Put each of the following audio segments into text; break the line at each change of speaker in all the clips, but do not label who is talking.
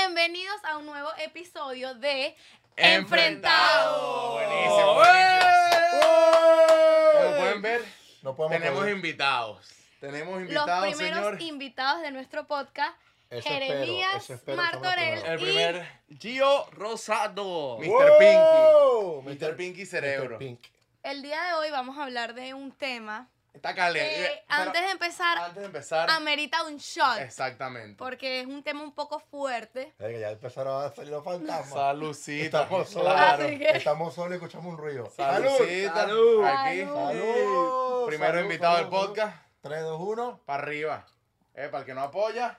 Bienvenidos a un nuevo episodio de
Enfrentado.
Buenísimo,
¡Uey!
Como pueden ver,
No podemos
tenemos
creer.
invitados. Tenemos
los
invitados,
primeros
señor.
invitados de nuestro podcast,
Eso espero,
Jeremías
eso espero,
Martorell.
estamos
El primer
Gio Rosado.
Mi-
¡Wow!
Mr. Pinky Cerebro.
Mr. Pink.
El día de hoy vamos a hablar de un tema
Está
que
caliente. eh, Pero
Eh, antes de empezar
antes de empezar,
amerita un shot,
exactamente.
porque es un tema un poco fuerte.
Verga, ya empezaron a salir los fantasmas.
Salucita.
Estamos solos.
Claro.
Así que-
Estamos solos y escuchamos un ruido.
Salucita.
Salud.
Aquí.
Salud.
Primero
Salud,
invitado
salud,
del
salud.
podcast.
3, 2, 1.
Para arriba. Eh, para el que no apoya,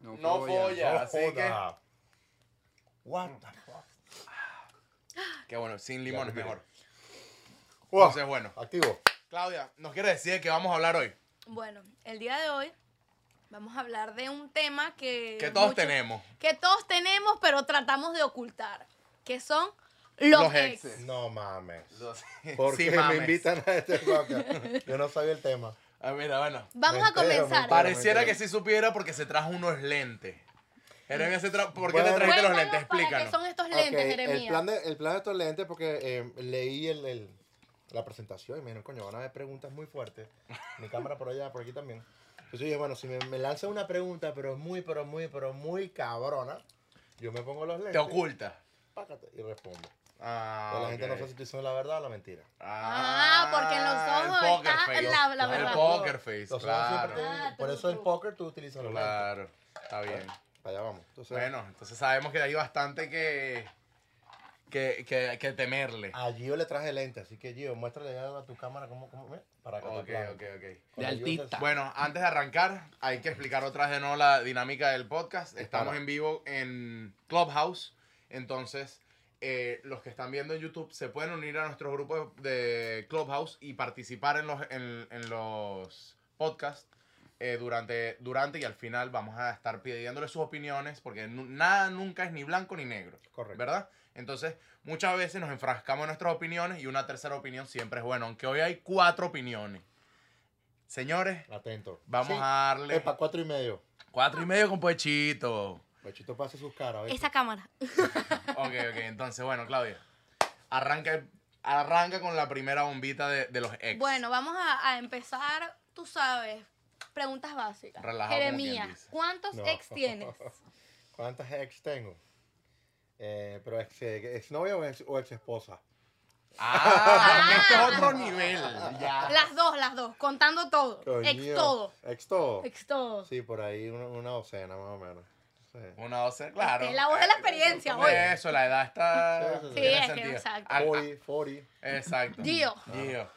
no folla. Así que.
What the fuck.
Que bueno, sin limón
Ya,
es mejor.
Wow.
Entonces, bueno.
Activo.
Claudia, ¿nos quiere decir de qué vamos a hablar hoy?
Bueno, el día de hoy vamos a hablar de un tema que...
Que todos
muchos-
tenemos.
Que todos tenemos, pero tratamos de ocultar, que son los,
Los
ex.
exes.
No mames. ¿Por
Porque
qué me invitan a este podcast? Yo no sabía el tema.
Ah, mira, bueno.
Vamos
Me
a
entero, me
comenzar.
entero.
Pareciera que sí supiera porque se trajo unos lentes. Jeremia, se tra- ¿por qué
Bueno.
te trajiste los
Cuéntanos
lentes?
¿Para qué
Explícanos.
son estos lentes,
Ok, el
Jeremías?
plan, de, el plan de estos lentes, porque eh, leí el, el- la presentación y me dijeron, coño, van a haber preguntas muy fuertes. Mi cámara por allá, por aquí también. Entonces yo dije, bueno, si me, me lanza una pregunta, pero muy, pero muy, pero muy cabrona, yo me pongo los lentes.
Te oculta.
pácate, y respondo.
Ah,
Pero la gente no
ok.
sabe si estoy diciendo la verdad o la mentira.
Ah, porque en los
el
ojos
poker
está
face.
la- la
El
verdad.
poker face,
Los ojos
claro.
siempre tienen-
Ah,
por
tú,
eso el
tú.
póker tú utilizas los lentes.
Claro, está bien.
Para allá vamos. Entonces,
Bueno, entonces sabemos que hay bastante que, que, que, que temerle.
a Gio le traje lentes, así que Gio, muéstrale ya a tu cámara cómo, cómo, mira, para acá.
Ok,
para acá.
ok, ok.
Con ayuda
De
del-
altista.
Bueno, antes de arrancar, hay que explicar otra vez de nuevo la dinámica del podcast. Estamos
Dispara.
en vivo en Clubhouse. Entonces, eh, los que están viendo en YouTube se pueden unir a nuestros grupos de Clubhouse y participar en los, en, en los podcasts. eh, durante, durante y al final vamos a estar pidiéndole sus opiniones porque nu- nada nunca es ni blanco ni negro.
Correcto.
¿Verdad? Entonces, muchas veces nos enfrascamos en nuestras opiniones y una tercera opinión siempre es bueno, aunque hoy hay cuatro opiniones. Señores,
Atento.
vamos
Sí.
a darle
Epa, cuatro y medio.
cuatro y medio con Poechito.
Pachito pase sus caras. ¿oíste?
Esa cámara.
Ok, ok, entonces, bueno, Claudia, arranca, arranca con la primera bombita de, de los ex.
Bueno, vamos a, a empezar, tú sabes, preguntas básicas.
Relajado, como quien
Jeremías,
dice.
¿cuántos
No.
ex tienes?
¿Cuántas ex tengo? Eh, pero ex, ex novia o ex, o ex esposa.
Ah, este es otro nivel. Ya.
Las dos, las dos, contando todo. Ex todo.
Ex todo.
Ex todo.
Sí, por ahí una, una docena más o menos. Sí.
Una, dos, tres, claro.
Es la voz de la experiencia,
Bueno,
oye.
Eso, la edad está...
Sí, sí, sí.
tiene
Sí, es que
sentido.
exacto.
Ah, ah,
40, 40.
exacto.
Gio.
Gio.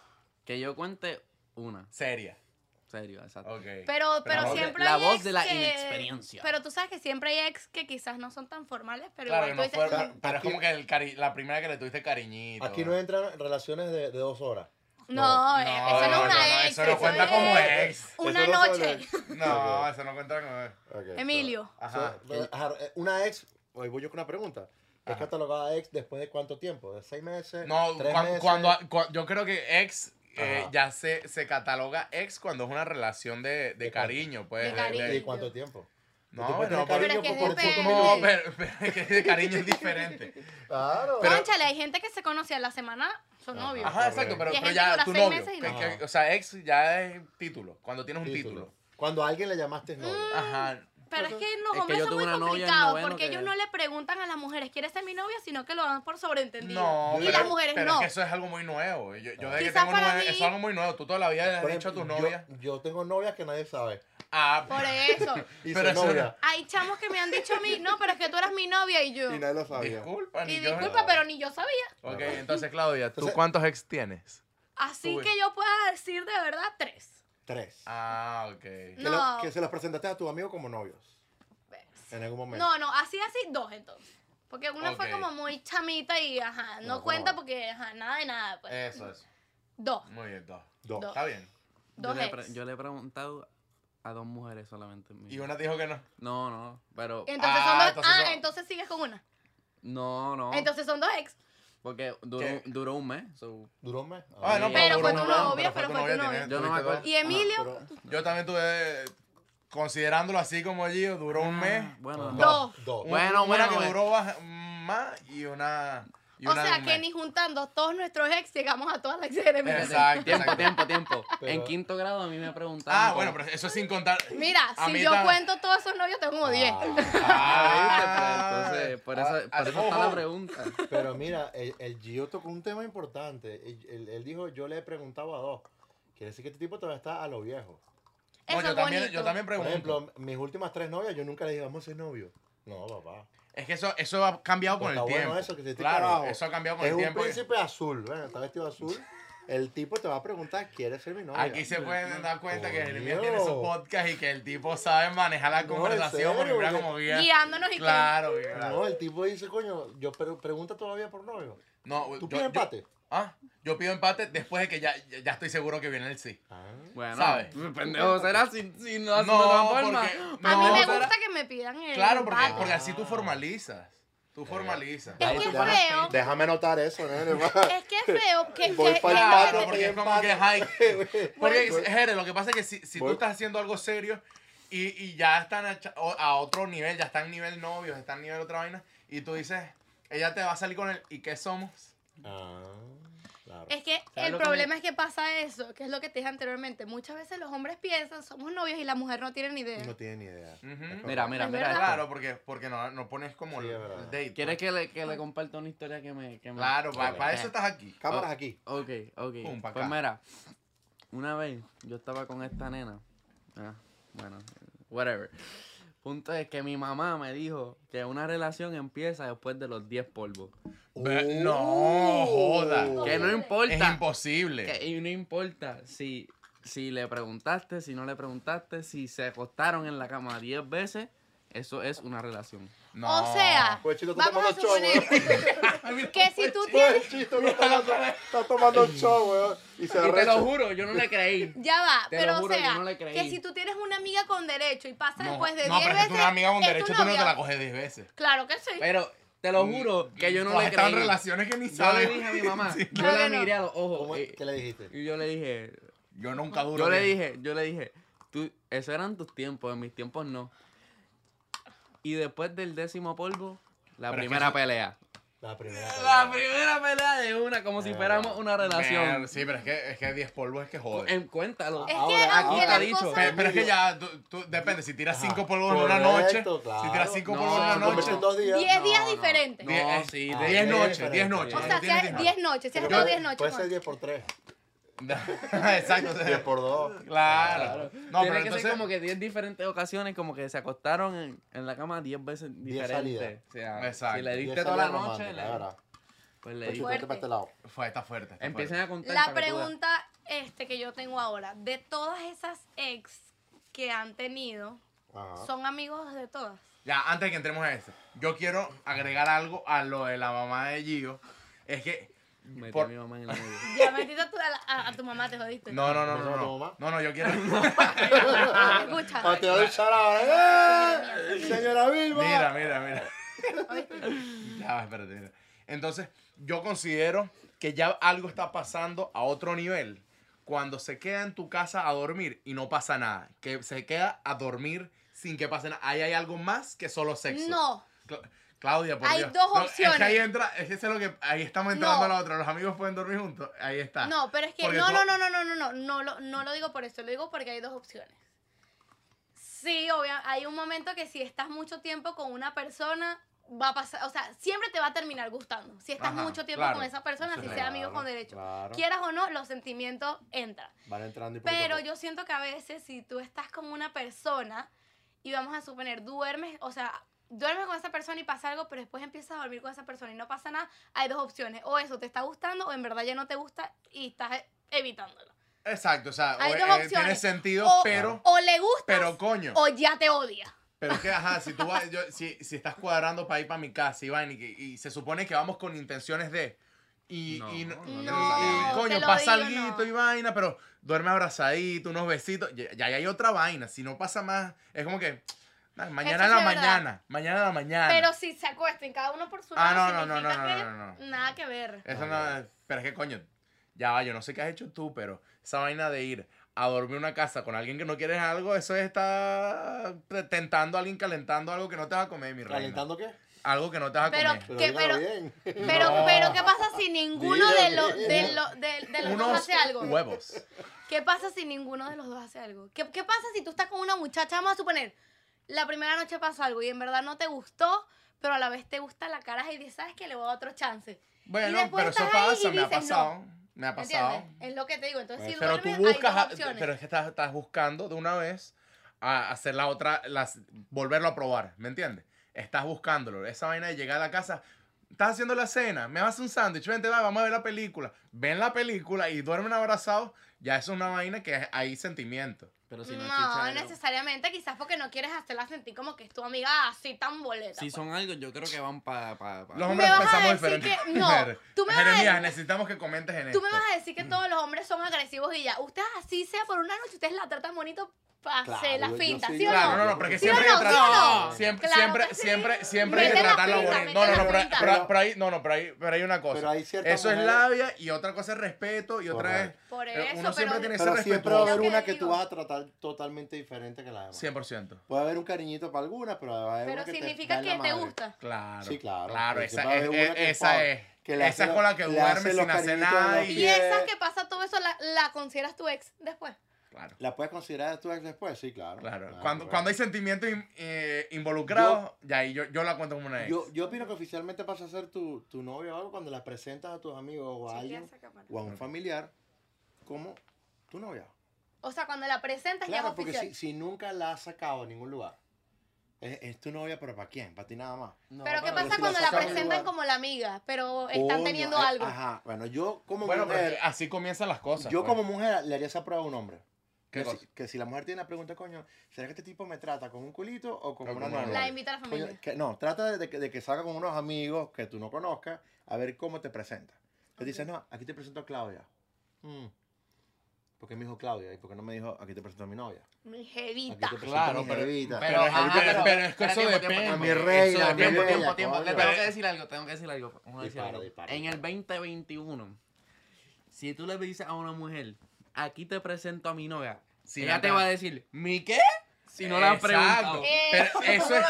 Que yo cuente una.
Seria.
Serio, exacto.
Ok.
Pero, pero
la voz de-
siempre
la
hay
voz
ex
de la
que-
inexperiencia.
Pero tú sabes que siempre hay ex que quizás no son tan formales, pero
Claro, que no
igual tú
fue,
dices,
pero, pero
Aquí-
es como que el cari- la primera que le tuviste cariñito.
Aquí no entran relaciones de, de dos horas.
no,
No,
eh, eso no es una ex.
Eso no cuenta
es
como ex.
Una
Eso no son
noche.
ex.
No, eso no cuenta como ex.
Ok,
Emilio.
so- so-
Ajá.
re- ajá, eh, una ex, hoy voy yo con una pregunta. ¿Es
Ajá.
catalogada ex después de cuánto tiempo? ¿De seis meses?
No,
¿Tres
cuan-
meses?
cuando, cua- yo creo que ex eh,
Ajá.
ya se, se cataloga ex cuando es una relación de, de
De
cariño, pues.
De cariño.
¿Y cuánto tiempo?
No,
¿Tú puedes
bueno,
tener
pero- Pero es que
por- pues, por
depende.
cinco
No,
minutos?
pero, pero es que de cariño es diferente.
Claro.
Pero-
Cónchale, hay gente que se conoce a la semana, son
Ajá.
novios.
Ajá, exacto, pero,
Y hay
pero
gente que
ya
dura
tu
seis
novio.
meses y
que-
no.
que-
Ajá.
o sea, ex ya es título, cuando tienes un
Título.
título.
Cuando a alguien le llamaste es novio.
Ajá.
Pero es
Eso-
que los
Es que
hombres
yo
son
tuve
muy
una novia en
complicados
noveno
porque
que-
ellos no le preguntan a las mujeres, ¿quieres ser mi novia? Sino que lo dan por sobreentendido.
No,
y
pero,
las mujeres
pero
no.
es que eso es algo muy nuevo. Yo, yo de que
Quizás
tengo
para
nueve,
mí-
eso es algo muy nuevo. Tú toda la vida le has
Por
dicho a tus
ejemplo,
novias.
Yo, yo tengo novias que nadie sabe.
Ah,
Por eso.
Y
Pero
pero
eso-
novia.
Hay chamos que me han dicho a mí, no, pero es que tú eras mi novia y yo.
Y nadie lo sabía.
disculpa, ni
Y
yo-
disculpa, pero ni yo sabía.
Ok, entonces Claudia, ¿tú
Entonces-
cuántos ex tienes?
Así
Uy.
que yo pueda decir de verdad tres.
Tres.
Ah, ok.
que,
no.
lo- que se los presentaste a tus amigos como novios. En algún momento.
No, no, así, así, dos entonces. Porque una fue
Ok.
como muy chamita y ajá, no,
No,
cuenta
no.
porque ajá, nada de nada. Pues.
Eso, eso.
Dos.
Muy bien, dos.
Dos.
Dos.
Está bien.
Dos
yo, le he
ex.
pre- yo le he preguntado a dos mujeres solamente. en mi
Y
vida.
una te dijo que no.
No, no, pero...
Entonces
Ah,
son dos.
entonces
ah,
son-
entonces sigues con una.
No, no.
Entonces son dos ex.
porque duró,
¿Qué?
duró un mes. so-
¿Duró un mes?
Ah, no,
Pero
duró
fue tu
un mes,
novia, pero fue tu novia.
tenías-
Yo no me
tuviste
acuerdo.
dos.
Y Emilio,
Ah, Pero-
Yo también tuve Considerándolo así como Gio, duró un
Ah,
mes.
Bueno,
Dos.
Dos.
Dos.
Un-
Bueno,
una
bueno,
que
bueno.
duró baja- más y una. y
O
una de
sea
un
que
mes.
ni juntando todos nuestros ex llegamos a todas las experiencias.
Exacto,
Tiempo,
exacto.
tiempo, tiempo.
Pero-
En quinto grado a mí me preguntaron.
Ah,
como-
bueno, pero eso es sin contar.
Mira,
A
si
mí
yo
tam-
cuento todos esos novios, tengo como 10.
Ah, ¿viste? Pues, entonces, por eso,
Ah,
por eso está
ojo.
la pregunta.
Pero mira, el, el Gio tocó un tema importante. Él, él- él dijo, yo le he preguntado a dos. Quiere decir que este tipo todavía está a lo viejo.
No,
Eso
yo
es
también,
bonito.
yo también
Por
pregunto.
ejemplo, mis últimas tres novias, yo nunca le dije, vamos a ser novios. No, papá.
es que eso, eso ha cambiado
Pero
con el
pues está bueno
tiempo.
eso, que si este
claro,
carajo
eso ha cambiado con
Es
el
un
tiempo.
príncipe azul, bueno, está vestido de azul. El tipo te va a preguntar, ¿quieres ser mi novia?
Aquí se pueden dar cuenta que Jeremías
Coño.
tiene su podcast y que el tipo sabe manejar la
No,
conversación
en
porque
serio,
mira
porque-
como bien.
Guiándonos y
Claro, bien,
No,
claro.
el tipo dice, coño, yo pre- pregunta todavía por novio.
No,
¿Tú pides empate?
ah, yo pido empate después de que ya, ya- ya estoy seguro que viene el sí.
Ah.
Bueno,
¿Sabes?
pendejo será si, si no hace
No,
de otra forma.
porque-
que... A mí
No,
me
pero-
gusta que me pidan el
Claro, porque,
empate.
porque así tú formalizas. Tú formalizas.
Es
Ahí
que
tú
es
ganas.
feo.
Déjame anotar eso, nene.
Es que es feo que,
Voy
que-
pa'l
que-
pato,
Claro, porque es como que high. Porque,
Voy-
Jere, lo que pasa es que si, si tú
voy-
estás haciendo algo serio y, y ya están a, cha- o- a otro nivel, ya están nivel novios, están nivel otra vaina, y tú dices, ella te va a salir con el, ¿y qué somos?
Ah, claro.
Es que
¿Sabes
el
lo que
problema es que pasa eso, que es lo que te dije anteriormente. Muchas veces los hombres piensan, somos novios y la mujer no tiene ni idea.
No tiene ni idea.
Ujú.
Mira, mira,
Es
mira.
verdad.
esto.
Claro, porque, porque no, no pones como
Sí,
el,
es verdad.
el date.
¿Quieres
pues.
que le, que le comparta una historia que me... Que me-
Claro, para,
Vale.
eso estás aquí.
Cámaras
Oh.
aquí.
Ok, ok.
Pum, pa'
pues
acá.
mira, una vez yo estaba con esta nena. Ah, bueno, whatever. Punto es que mi mamá me dijo que una relación empieza después de los 10 polvos.
Ve- no, joda.
Uh.
Que no
Horrible.
Es
importa.
imposible.
que- y no importa si, si le preguntaste, si no le preguntaste, si se acostaron en la cama 10 veces, eso es una relación.
No.
O sea,
Pues chico, tú
vamos a
tomando show,
suponer que si tú tienes...
Pues chico, no está tomando, está tomando show, weón. Y se
Y te lo
arrecha.
juro, yo no le creí.
Ya va,
Te lo
pero o
juro, yo
sea,
no le creí.
que si tú tienes una amiga con derecho y pasa
no,
después de 10
no, pero es
veces...
que tú una amiga con
es tu
derecho, tú no te
novia.
la coges 10 veces.
Claro que sí.
Pero te lo juro que yo no
Pues
le
están
creí.
relaciones que ni
Yo le
sabes.
dije a mi mamá,
Sí.
yo
Claro
la
que no.
miré a los
¿Cómo
ojos eh,
es?
y,
¿Qué le dijiste?
y yo le dije,
Yo nunca duro.
yo le
bien.
dije, yo le dije, tú, esos eran tus tiempos, en mis tiempos no. Y después del décimo polvo, la
Pero es que
primera
eso-
pelea.
La primera.
La primera pelea de una, como si
Eh,
fuéramos una relación.
Ver, sí, pero es que, es que 10 polvos es que jode.
En, cuéntalo.
Es que
Ahora,
aunque
está
las
dicho.
cosas...
Pe- pero, es que ya, tú, tú- depende, si tiras
Ajá.
5 polvos en una noche,
Correcto, claro.
si tiras 5
No,
polvos en
se
una
Conversa
noche,
en dos días.
Diez días
No, no,
diferentes.
No,
Die-
sí,
ah,
de-
10
es
noches,
diferente.
10 noches.
O
ya
sea,
no
si
tienes
hay
ni-
10 noches, si has
Yo-
estado 10 noches,
Puede ser
Juan.
10 por 3,
Exacto. o sea,
10 por 2.
Claro. No,
Tiene
pero
que ser
entonces,
como que 10 diferentes ocasiones, como que se acostaron en, en la cama 10 veces
salidas.
diferentes. O sea,
Exacto.
si le
Diez
diste toda la
salidas
noche,
románticas,
le-
ahora.
pues
Pues
le diste.
chico,
Fuerte.
vete para este lado.
fue, está fuerte. está
Empiecen a contar.
La
para que tú veas.
pregunta este que yo tengo ahora, de todas esas ex que han tenido,
Ah.
Ajá.
¿son amigos de todas?
Ya, antes de que entremos a eso, yo quiero agregar algo a lo de la mamá de Gio. Es que.
Metí
por-
a mi mamá en el medio.
Ya metiste a tu, a, la- a- a tu mamá, te jodiste.
No, no, no, no.
¿Empezó a tu
No,
mamá?
no, no yo quiero.
Escucha.
Ah, te doy el shout out, ¡eh! Señora Vilma.
Mira, mira, mira. Ya, va, espérate, mira. Entonces, yo considero que ya algo está pasando a otro nivel. Cuando se queda en tu casa a dormir y no pasa nada. Que se queda a dormir sin que pase nada. Ahí hay algo más que solo sexo.
No,
Cla- Claudia, por
Hay
Dios.
dos
No, Es
opciones.
que ahí entra, es que eso es lo que, ahí estamos entrando
No.
a la otra. Los amigos pueden dormir juntos. Ahí está.
no, pero es que
Ah, Porque
no,
tú-
no, no, no, no, no, no, no lo, no lo digo por eso, lo digo porque hay dos opciones. Sí, obviamente, hay un momento que si estás mucho tiempo con una persona, va a pasar, o sea, siempre te va a terminar gustando. Si estás
Ajá,
mucho tiempo
claro.
con esa persona,
Eso
si
es
sea
Claro,
amigo con derecho.
Claro.
Quieras o no, los sentimientos entran.
Van entrando y poquito a
Pero
poco.
yo siento que a veces si tú estás con una persona y vamos a suponer, duermes, o sea, duermes con esa persona y pasa algo, pero después empiezas a dormir con esa persona y no pasa nada, hay dos opciones. O eso te está gustando o en verdad ya no te gusta y estás evitándolo.
Exacto, o sea,
Hay
o-
dos
eh, tiene
opciones.
sentido,
o,
pero,
o le gusta
pero coño.
o ya te odia.
Pero es que, ajá, si tú vas, yo- si, si estás cuadrando para ir para mi casa, Iván, y, que- y se supone que vamos con intenciones de. Y,
No,
y,
no
y-
necesariamente.
y,
No, te
coño,
lo
pasa
digo,
algo
no.
y vaina, pero duerme abrazadito, unos besitos. Ya, ya hay otra vaina. Si no pasa más, es como que nah, mañana en
Eso
la
sí es verdad.
mañana, mañana en la mañana.
Pero si se acuesten cada uno por su
Ah,
lado,
no, no, no, no,
significa
no,
que
no, no, no.
nada que ver.
Eso
No,
no, pero es que coño, ya va, yo no sé qué has hecho tú, pero esa vaina de ir a dormir una casa con alguien que no quieres algo, eso es estar tentando a alguien calentando algo que no te vas a comer, mi reina.
¿Calentando qué?
Algo que no te vas a
Pero-
comer.
Pero
¿Qué,
dígalo
pero-
bien.
Pero,
Eh, No.
pero, ¿qué pasa si ninguno de,
Dilo,
los de, lo- de- de los dos
Unos
hace algo?
huevos.
¿Qué pasa si ninguno de los dos hace algo? ¿Qué, qué pasa si tú estás con una muchacha? Vamos a suponer, la primera noche pasó algo y en verdad no te gustó, pero a la vez te gusta la cara y dices, ¿sabes que Le voy a dar otro chance.
Bueno,
después
pero eso
estás ahí
pasa,
y
me ha
dices,
pasado. Me ha pasado. Pues,
¿Entiendes? Es lo que te digo. Entonces, si
pero tú
duermes,
buscas,
hay
a-
dos opciones.
pero es que estás, estás buscando de una vez a hacer la otra, las, volverlo a probar, ¿me entiendes? Estás buscándolo, esa vaina de llegar a la casa, estás haciendo la cena, me vas a un sándwich, vente, va, vamos a ver la película, ven la película y duermen abrazados, ya eso es una vaina que es- hay sentimiento.
Pero si no, es
no,
chicharro.
necesariamente, quizás porque no quieres hacerla sentir como que es tu amiga así tan boleta.
Si
pues.
son algo, yo creo que van para. Pa, pa-
Los hombres
Me vas a
pensamos
decir
diferente.
que- no, tú me vas a
Jeremías, Mm.
decir-
necesitamos que comentes en
Tú
esto.
me vas a decir que todos los hombres son agresivos y ya. Ustedes así sea por una noche, ustedes la tratan bonito para
Claro,
hacer la
yo
finta,
soy-
¿sí o
Claro,
no?
no, no, pero que
¿Sí o
siempre hay
no?
que
¿Sí o
tratar-
no?
Siempre,
Claro
siempre,
que sí.
siempre, siempre hay que
Mete la
tratarlo
pinta,
bonito. No,
mete
no,
la
no, pero,
pinta.
pero- pero ahí, no, no, pero ahí, pero hay una cosa.
Pero hay ciertas
Eso es
mujeres-
labia y otra cosa es respeto y otra es.
Correcto.
Por
eh,
eso,
Uno siempre
pero-
tiene que ser
Pero siempre va a haber
Lo que
respetuoso.
una que tú
digo.
vas a tratar totalmente diferente que la demás.
100%.
Puede haber un cariñito para alguna, pero va a haber
Pero
una que
significa
da en la
que te
madre.
gusta.
Claro.
Sí, claro.
Claro,
Pero
esa
siempre
es,
va a haber una que,
esa
pa,
es.
que le
Esa
hace
es con la que
los- le hace
duermes
los
sin hacer
cariñitos en
nada
los
y.
Y
pies.
esas que pasa todo eso, la, la consideras tu ex después.
Claro,
¿La puedes considerar tu ex después? Sí, claro.
claro.
Ah,
Cuando,
bueno.
cuando hay sentimientos in- eh, involucrados, ya ahí yo, yo la cuento como una ex.
Yo, yo opino que oficialmente pasa a ser tu, tu novio o algo cuando la presentas a tus amigos o a
Sí,
alguien
esa cámara.
o a un familiar como tu novia.
O sea, cuando la presentas ya
Claro,
es
porque
oficial.
si, si nunca la has sacado a ningún lugar, es, es tu novia, pero ¿para quién? Para ti nada más.
No,
pero ¿qué
pero
pasa
si la
cuando la
sacas del
presentan
lugar.
como la amiga? Pero están
Coño,
teniendo
eh,
algo.
Ajá, bueno, yo como
Bueno, pero
mujer,
así comienzan las cosas.
yo
pues.
como mujer le haría esa prueba a un hombre.
¿Qué
Que
cosa?
si, que si la mujer tiene la pregunta, coño, ¿será que este tipo me trata con un culito o con
O
una
con una
novia?
La invita a la
Coño,
familia.
que- no, trata de, de que, de que salga con unos amigos que tú no conozcas a ver cómo te presenta. Te
Ok.
dices, no, aquí te presento a Claudia. Mm. ¿Por qué me dijo Claudia? ¿Y por qué no me dijo, aquí te presento a mi novia?
Mi
Aquí
jevita.
te presento a
Claro,
mi
pero,
jevita.
pero, ah,
ajá,
pero-
pero-
pero es que
espera,
eso
tiempo,
depende.
tiempo,
A mi
tiempo.
reina, a
Eso
mi
depende,
bella,
tiempo, tiempo.
coño.
Le tengo que decir algo, tengo que decir algo. Vamos a decir
Dispara,
algo.
dispara,
en el
dispara.
2021, si tú le dices a una mujer, aquí te presento a mi novia,
Si
ella
no
te
te-
va a decir, ¿mi qué? Si no la has
Exacto.
preguntado.
Eh,
Pero
Eso
eso es.
Eso es verdad.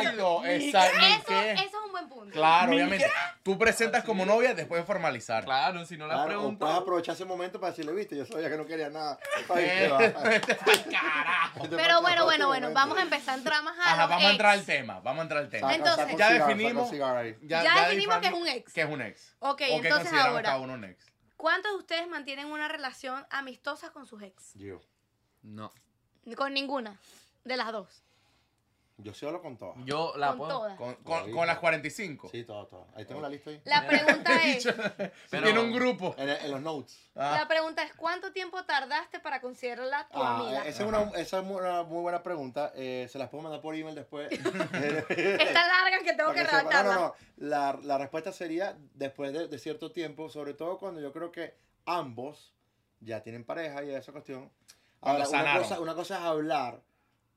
Exacto, exacto. ¿y
Eso,
qué?
eso es un buen punto.
Claro,
¿Mi
obviamente. Tú presentas como novia después de formalizar.
Claro, si no la has
Claro, o puedes
preguntado.
aprovechar ese momento para decirle, viste, yo sabía que no quería nada. Ay, qué va.
Carajo.
Este
Pero bueno, bueno,
momento- este
bueno,
momento.
vamos a empezar en tramas a
Ajá,
los
vamos a entrar al
ex.
tema. Vamos a entrar al
Saca-
tema.
Entonces-
saca
Ya
un cigarro, saca un
definimos-
cigarro ahí.
Ya definimos que es un ex.
Que es un ex.
Ok,
o que
entonces
consideramos
ahora,
cada uno un ex.
¿cuántos de ustedes mantienen una relación amistosa con sus ex?
Yo,
No.
Con ninguna de las dos.
yo sí hablo con todas.
Yo la
con
puedo.
todas.
Con, con- con las 45.
Sí, todas, todas. Ahí tengo la lista ahí.
La pregunta es,
Pero-
Tiene un grupo.
En, en los notes.
Ah,
la pregunta es, ¿cuánto tiempo tardaste para considerarla tu
Ah,
amiga?
esa, es una, esa es una muy buena pregunta. Eh, se las puedo mandar por email después.
Está larga que tengo
Para
que
que sepa-
redactarla.
No, no, no. La, la respuesta sería después de, de cierto tiempo, sobre todo cuando yo creo que ambos ya tienen pareja y esa cuestión.
Cuando
Ahora, una
sanaron.
cosa, una cosa es hablar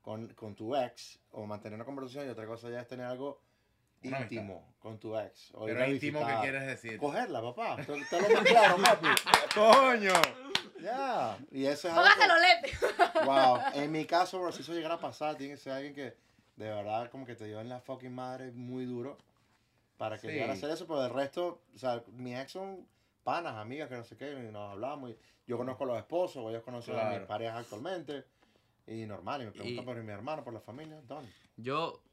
con, con tu ex o mantener una conversación y otra cosa ya es tener algo
Una amistad.
íntimo con tu ex. O ir
pero
a
íntimo, ¿qué
visitar.
quieres decir?
Cogerla, papá. Te, te lo más claro, papi.
¡Coño!
Ya. Y eso es algo que-
Póngaselo lete.
Wow, en mi caso, bro, si eso llegara a pasar, tiene que ser alguien que de verdad como que te dio en la fucking madre muy duro para que
Sí.
llegara a hacer eso, pero del resto, o sea, mis ex son panas, amigas, que no sé qué, y nos hablamos, y yo conozco a los esposos, o ellos conocen a
Claro.
mis parejas actualmente, y normal, y me preguntan
Y-
por mi hermano, por la familia, don.
Yo,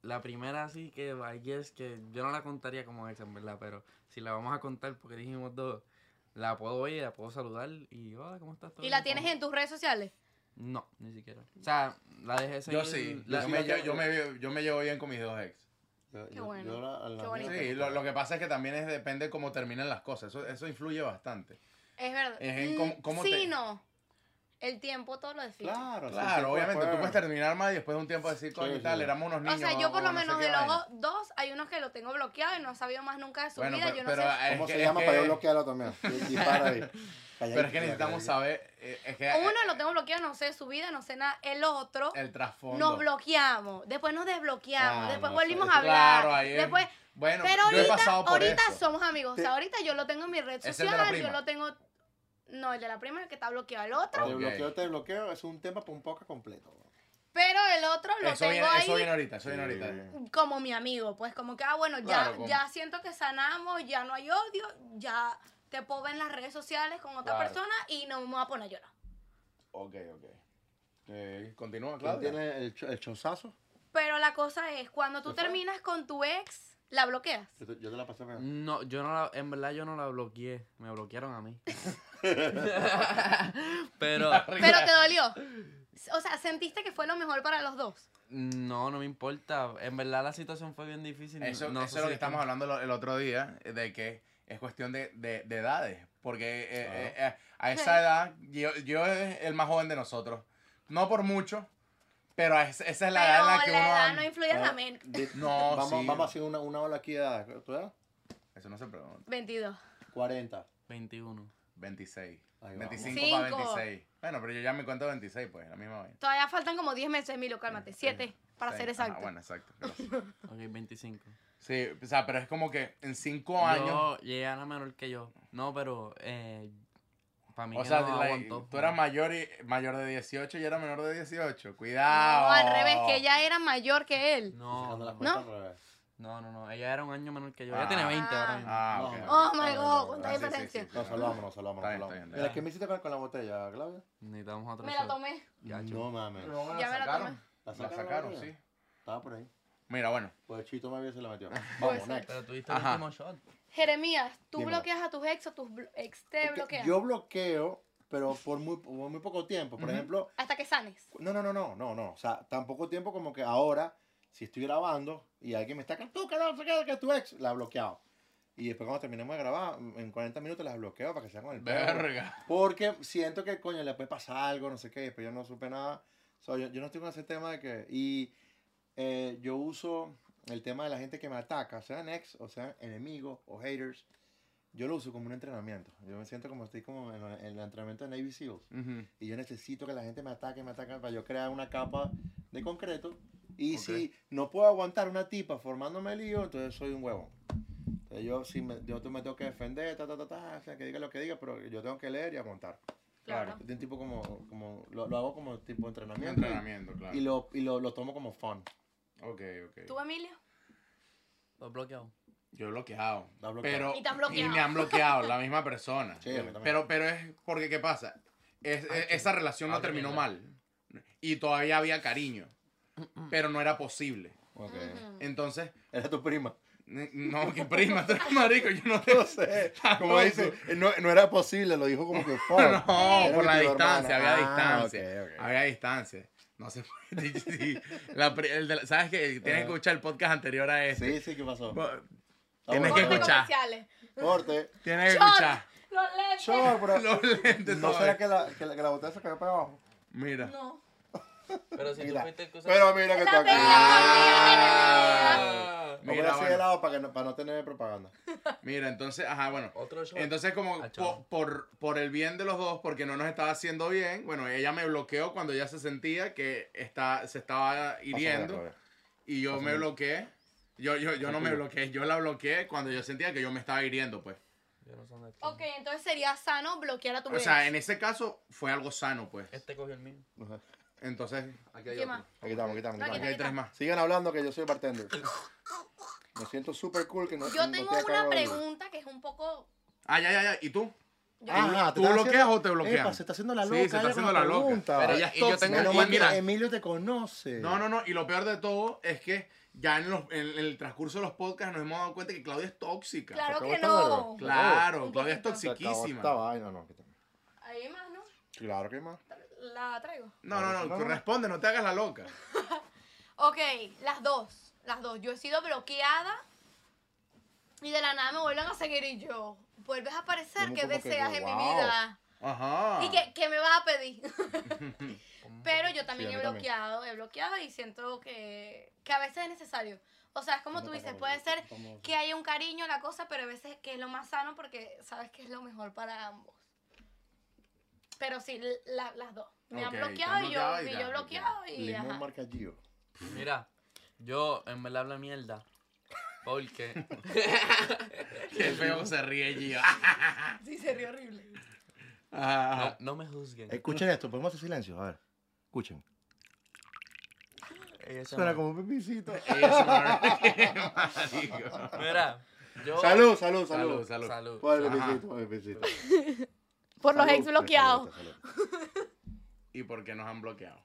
la primera así que aquí es que yo no la contaría como ex, en verdad, pero si la vamos a contar porque dijimos dos, la puedo ver, la puedo saludar y hola, ¿cómo estás? ¿Todo
¿Y
bien?
la tienes
¿Cómo?
en tus redes sociales?
No, ni siquiera. O sea, la dejé seguir.
Yo sí.
la-
Yo
sí
me,
la
yo,
llamo.
yo me, yo me llevo bien con mis dos ex.
Yo-
Qué
yo-
bueno,
yo la- a la
qué
mía
bonito.
que-
Sí, lo, lo que pasa es que también es, depende cómo terminan las cosas. Eso, eso influye bastante.
Es verdad.
Es en
Mm,
cómo- cómo
sí,
te-
no. El tiempo todo lo define.
Claro, pues, sí, sí,
Claro, obviamente.
puede-
Tú puedes terminar mal y después de un tiempo decir, coño,
Sí,
tal,
sí.
éramos unos
O
niños.
sea, yo por lo
no sé
menos
qué
de los
vaina".
dos- dos, hay unos que lo tengo bloqueado y no he sabido más nunca de su
Bueno,
vida.
pero,
yo no
pero,
sé.
eh,
¿Cómo
es
se
que-
llama
es
para yo
que-
bloquearlo también? Y- y para ahí.
Pero es que necesitamos
Calladito,
saber. eh, Es que, eh,
Uno lo tengo bloqueado, no sé de su vida, no sé nada. El otro
el trasfondo.
nos bloqueamos, después nos desbloqueamos,
Ah,
después
no,
volvimos
eso-
a hablar.
Claro, ahí es-
después,
Bueno,
pero
yo he
ahorita,
pasado por
ahorita
eso.
somos amigos. O sea,
Te-
ahorita yo lo tengo en mi red
Es el de la
social, yo
prima.
lo tengo. No, el de la prima es el que está bloqueado. El otro,
Te
Ok.
bloqueo, te bloqueo. Es un tema para un poco completo.
pero el otro lo
Eso
tengo
viene,
ahí
eso viene ahorita, eso viene
Sí.
ahorita.
como mi amigo. Pues como que, ah, bueno, ya,
Claro, como-
ya siento que sanamos, ya no hay odio, ya te puedo ver en las redes sociales con otra
Claro.
persona y no me voy a poner a llorar.
Ok, ok. Eh, continúa,
¿Quién
Claudia.
tiene el, cho- el chonzazo?
Pero la cosa es, cuando tú
¿Se fue?
terminas con tu ex, la bloqueas.
Yo te, yo te la pasé bien.
No, yo no la, en verdad yo no la bloqueé, me bloquearon a mí. Pero
Pero te dolió. O sea, sentiste que fue lo mejor para los dos.
no, no me importa. En verdad la situación fue bien difícil.
Eso,
no
eso
sé
es lo
si
que estamos
tú-
hablando lo- el otro día, eh, de que es cuestión de, de- de edades. Porque eh,
Claro.
eh, eh, a esa edad, yo, yo es el más joven de nosotros. No por mucho, pero es- esa es la edad
pero
en la que
la
uno...
edad
am-
no influye en la
Ahora,
mente.
di-
No,
vamos,
sí.
vamos a hacer una, una ola aquí a ¿tu edad?
Eso no se pregunta.
22.
40.
21.
26.
Ahí va.
25
Cinco.
para 26. Bueno, pero yo ya me cuento 26, pues, la misma vaina.
Todavía faltan como 10 meses, Emilio, cálmate. 7, para
Sí,
ser
ajá,
exacto.
bueno, exacto. gracias.
Ok, 25.
Sí, o sea, pero es como que en 5 años...
Yo llegué a la menor que yo. No, pero eh, para mí
O
que
sea,
no
like,
aguantó.
tú eras
pues.
mayor, y, mayor de 18 y yo era menor de 18. Cuidado.
No, al revés,
oh.
que ella era mayor que él.
No,
Sacando las
no,
cuentas al revés.
no, no, ella era un año menor que yo. Ella tiene
Ah.
20 ahora mismo.
Ah, ok.
No,
ok.
Oh my
Ah,
god,
no,
cuánta
ah, sí, sí,
diferencia.
sí, sí.
Nos salvamos, nos salvamos.
Está
nos
bien,
salvamos.
está bien,
Mira,
ya.
¿qué me hiciste con, con la botella, Claudia?
Necesitamos otro
Me la
shot.
tomé.
Gacho.
No mames.
No,
Ya me la
¿La
La
sacaron,
sacaron,
la
sí.
botella? Estaba por ahí.
Mira, bueno.
Pues Chito me había se la metió.
Puede
Vamos,
ser.
next.
Pero tuviste
Ajá.
el último shot.
Jeremías, ¿tú
Dímelo.
bloqueas a tus ex o tus blo- ex te
Porque
bloquean?
Yo bloqueo, pero por muy, por muy poco tiempo. Por ejemplo,
Hasta que sanes.
no, no, no, no, no, no. O sea, tan poco tiempo como que ahora, si estoy grabando y alguien me está que tú, que no, sé qué, que tu ex, la ha bloqueado. Y después cuando terminemos de grabar, en 40 minutos las bloqueo para que sean con el perro.
Verga.
Porque siento que, coño, le puede pasar algo, no sé qué, pero yo no supe nada. So, yo, yo no estoy con ese tema de que... Y eh, yo uso el tema de la gente que me ataca, sean ex, o sean enemigos, o haters. Yo lo uso como un entrenamiento. Yo me siento como estoy como en, en el entrenamiento de Navy SEALs. Y yo necesito que la gente me ataque, me ataque, para yo crear una capa de concreto. Y
Ok.
si no puedo aguantar una tipa formándome lío, entonces soy un huevón. Entonces yo, si me, yo te- me tengo que defender, ta, ta, ta, ta, o sea, que diga lo que diga, pero yo tengo que leer y aguantar.
Claro.
De un tipo como, como lo, lo hago como tipo
Un
entrenamiento.
entrenamiento, claro.
Y, lo, y lo, lo tomo como fun.
Ok, ok.
¿Tú, Emilio?
Lo bloqueado.
Yo he bloqueado.
Lo has bloqueado.
Pero,
Y te han bloqueado.
y me han bloqueado, la misma persona.
Sí, a mí también.
pero, pero es porque, ¿qué pasa? Es- es-
Ay,
esa relación no
Ay, qué
terminó
mierda.
mal. Y todavía había cariño.
Mm,
Pero no era posible.
Ujú.
Entonces,
Era tu prima.
n- no, que prima, tú eres marico, yo no
No
te
sé. Como dice, no, no era posible, lo dijo como que fun.
Ah, No,
Era
por
mi
la
tío
distancia,
hermano.
había
Ah,
distancia.
ok, ok.
Había distancia. No se puede. sí, sí. La pri- el de la- ¿Sabes que Tienes que
Ajá.
escuchar el podcast anterior a este.
Sí, Eh. sí, ¿qué pasó?
Bo-
Tienes
Tienes
Corte
que escuchar.
comerciales.
Corte.
Tienes que
Shot.
escuchar.
Los lentes.
Chor, pero-
Los lentes,
¿No
¿sabes?
será que la, que la, que la botella se cayó para abajo?
Mira.
No.
Pero si tú
Mira,
fuiste el que
pero mira que
La
está
tenía,
Ah.
la tenía, la tenía.
Ah.
Mira,
Mira,
así
bueno.
de lado para, que no, para no tener propaganda.
Mira, entonces, ajá, bueno.
Otro shot.
Entonces, como
Ah,
po-
chao.
por, por el bien de los dos, porque no nos estaba haciendo bien, bueno, ella me bloqueó cuando ella se sentía que está, se estaba hiriendo. y yo me
Pásame.
bloqueé. Yo, yo, yo no me
Tranquilo.
bloqueé, yo la bloqueé cuando yo sentía que yo me estaba hiriendo, pues.
Yo no sé dónde está.
Ok, entonces sería sano bloquear a tu
O
ex.
sea, en ese caso fue algo sano, pues.
Este cogió el mío.
Ajá.
Entonces, aquí hay
¿Qué
otro.
más?
Aquí estamos, aquí estamos.
No,
Aquí
Aquí
estamos.
hay tres más.
Sigan hablando que yo soy bartender. Me siento súper cool que no
Yo
no
tengo
estoy a
una
cargo de-
pregunta que es un poco...
Ah, ya, ya, ya. ¿Y tú?
yo-
Ajá,
Ah, ¿Tú
estás
bloqueas
haciendo-
o te bloquean?
Epa, se está haciendo la
Sí,
loca.
se está
ella
haciendo
con
la loca.
pregunta.
Pero
ella
ya
es tóxica.
Menos
Mira,
mal que
mira.
Emilio te conoce.
No, no, no. Y lo peor de todo es que ya en, los, en el transcurso de los podcasts nos hemos dado cuenta que Claudia es tóxica.
Claro
acabó
que
esta
no.
verga.
Claro,
Un
Claudia es
poquito.
Se acabó
toxiquísima.
Esta vaina, no. que te-
Ahí hay más, ¿no?
Claro que más.
La traigo.
No, no, no,
No, no.
corresponde, no te hagas la loca.
Ok, las dos. Las dos. Yo he sido bloqueada y de la nada me vuelven a seguir y yo. Vuelves a aparecer,
Como-
que
como que,
deseas en mi
wow.
vida.
Ajá.
¿Y qué, qué me vas a pedir?
Como-
Pero yo
a
también
mí
he
también.
bloqueado, he bloqueado y siento que, que a veces es necesario. O sea, es como tú dices, puede ser que haya un cariño a la cosa, pero a veces que es lo más sano porque sabes que es lo mejor para ambos. Pero sí, la- las dos. Me
Ok,
han
te han
bloqueado y yo,
bloqueado y
y
ya,
yo
ok.
bloqueado y
Limón
ajá.
marca Gio.
Mira, yo en verdad hablo mierda. Porque.
Qué feo se ríe Gio.
Sí, sería horrible.
Ajá,
No,
ajá.
no me juzguen.
Escuchen esto, podemos hacer silencio, a ver. Escuchen. Suena como un pepicito.
ASMR. Marico.
Mira, yo.
Salud, salud,
Salud,
salud.
salud.
Salud.
Por el
Ajá.
pepicito, por el pepicito.
Por los
Salud,
ex bloqueados.
salud, salud.
¿Y por qué nos han bloqueado?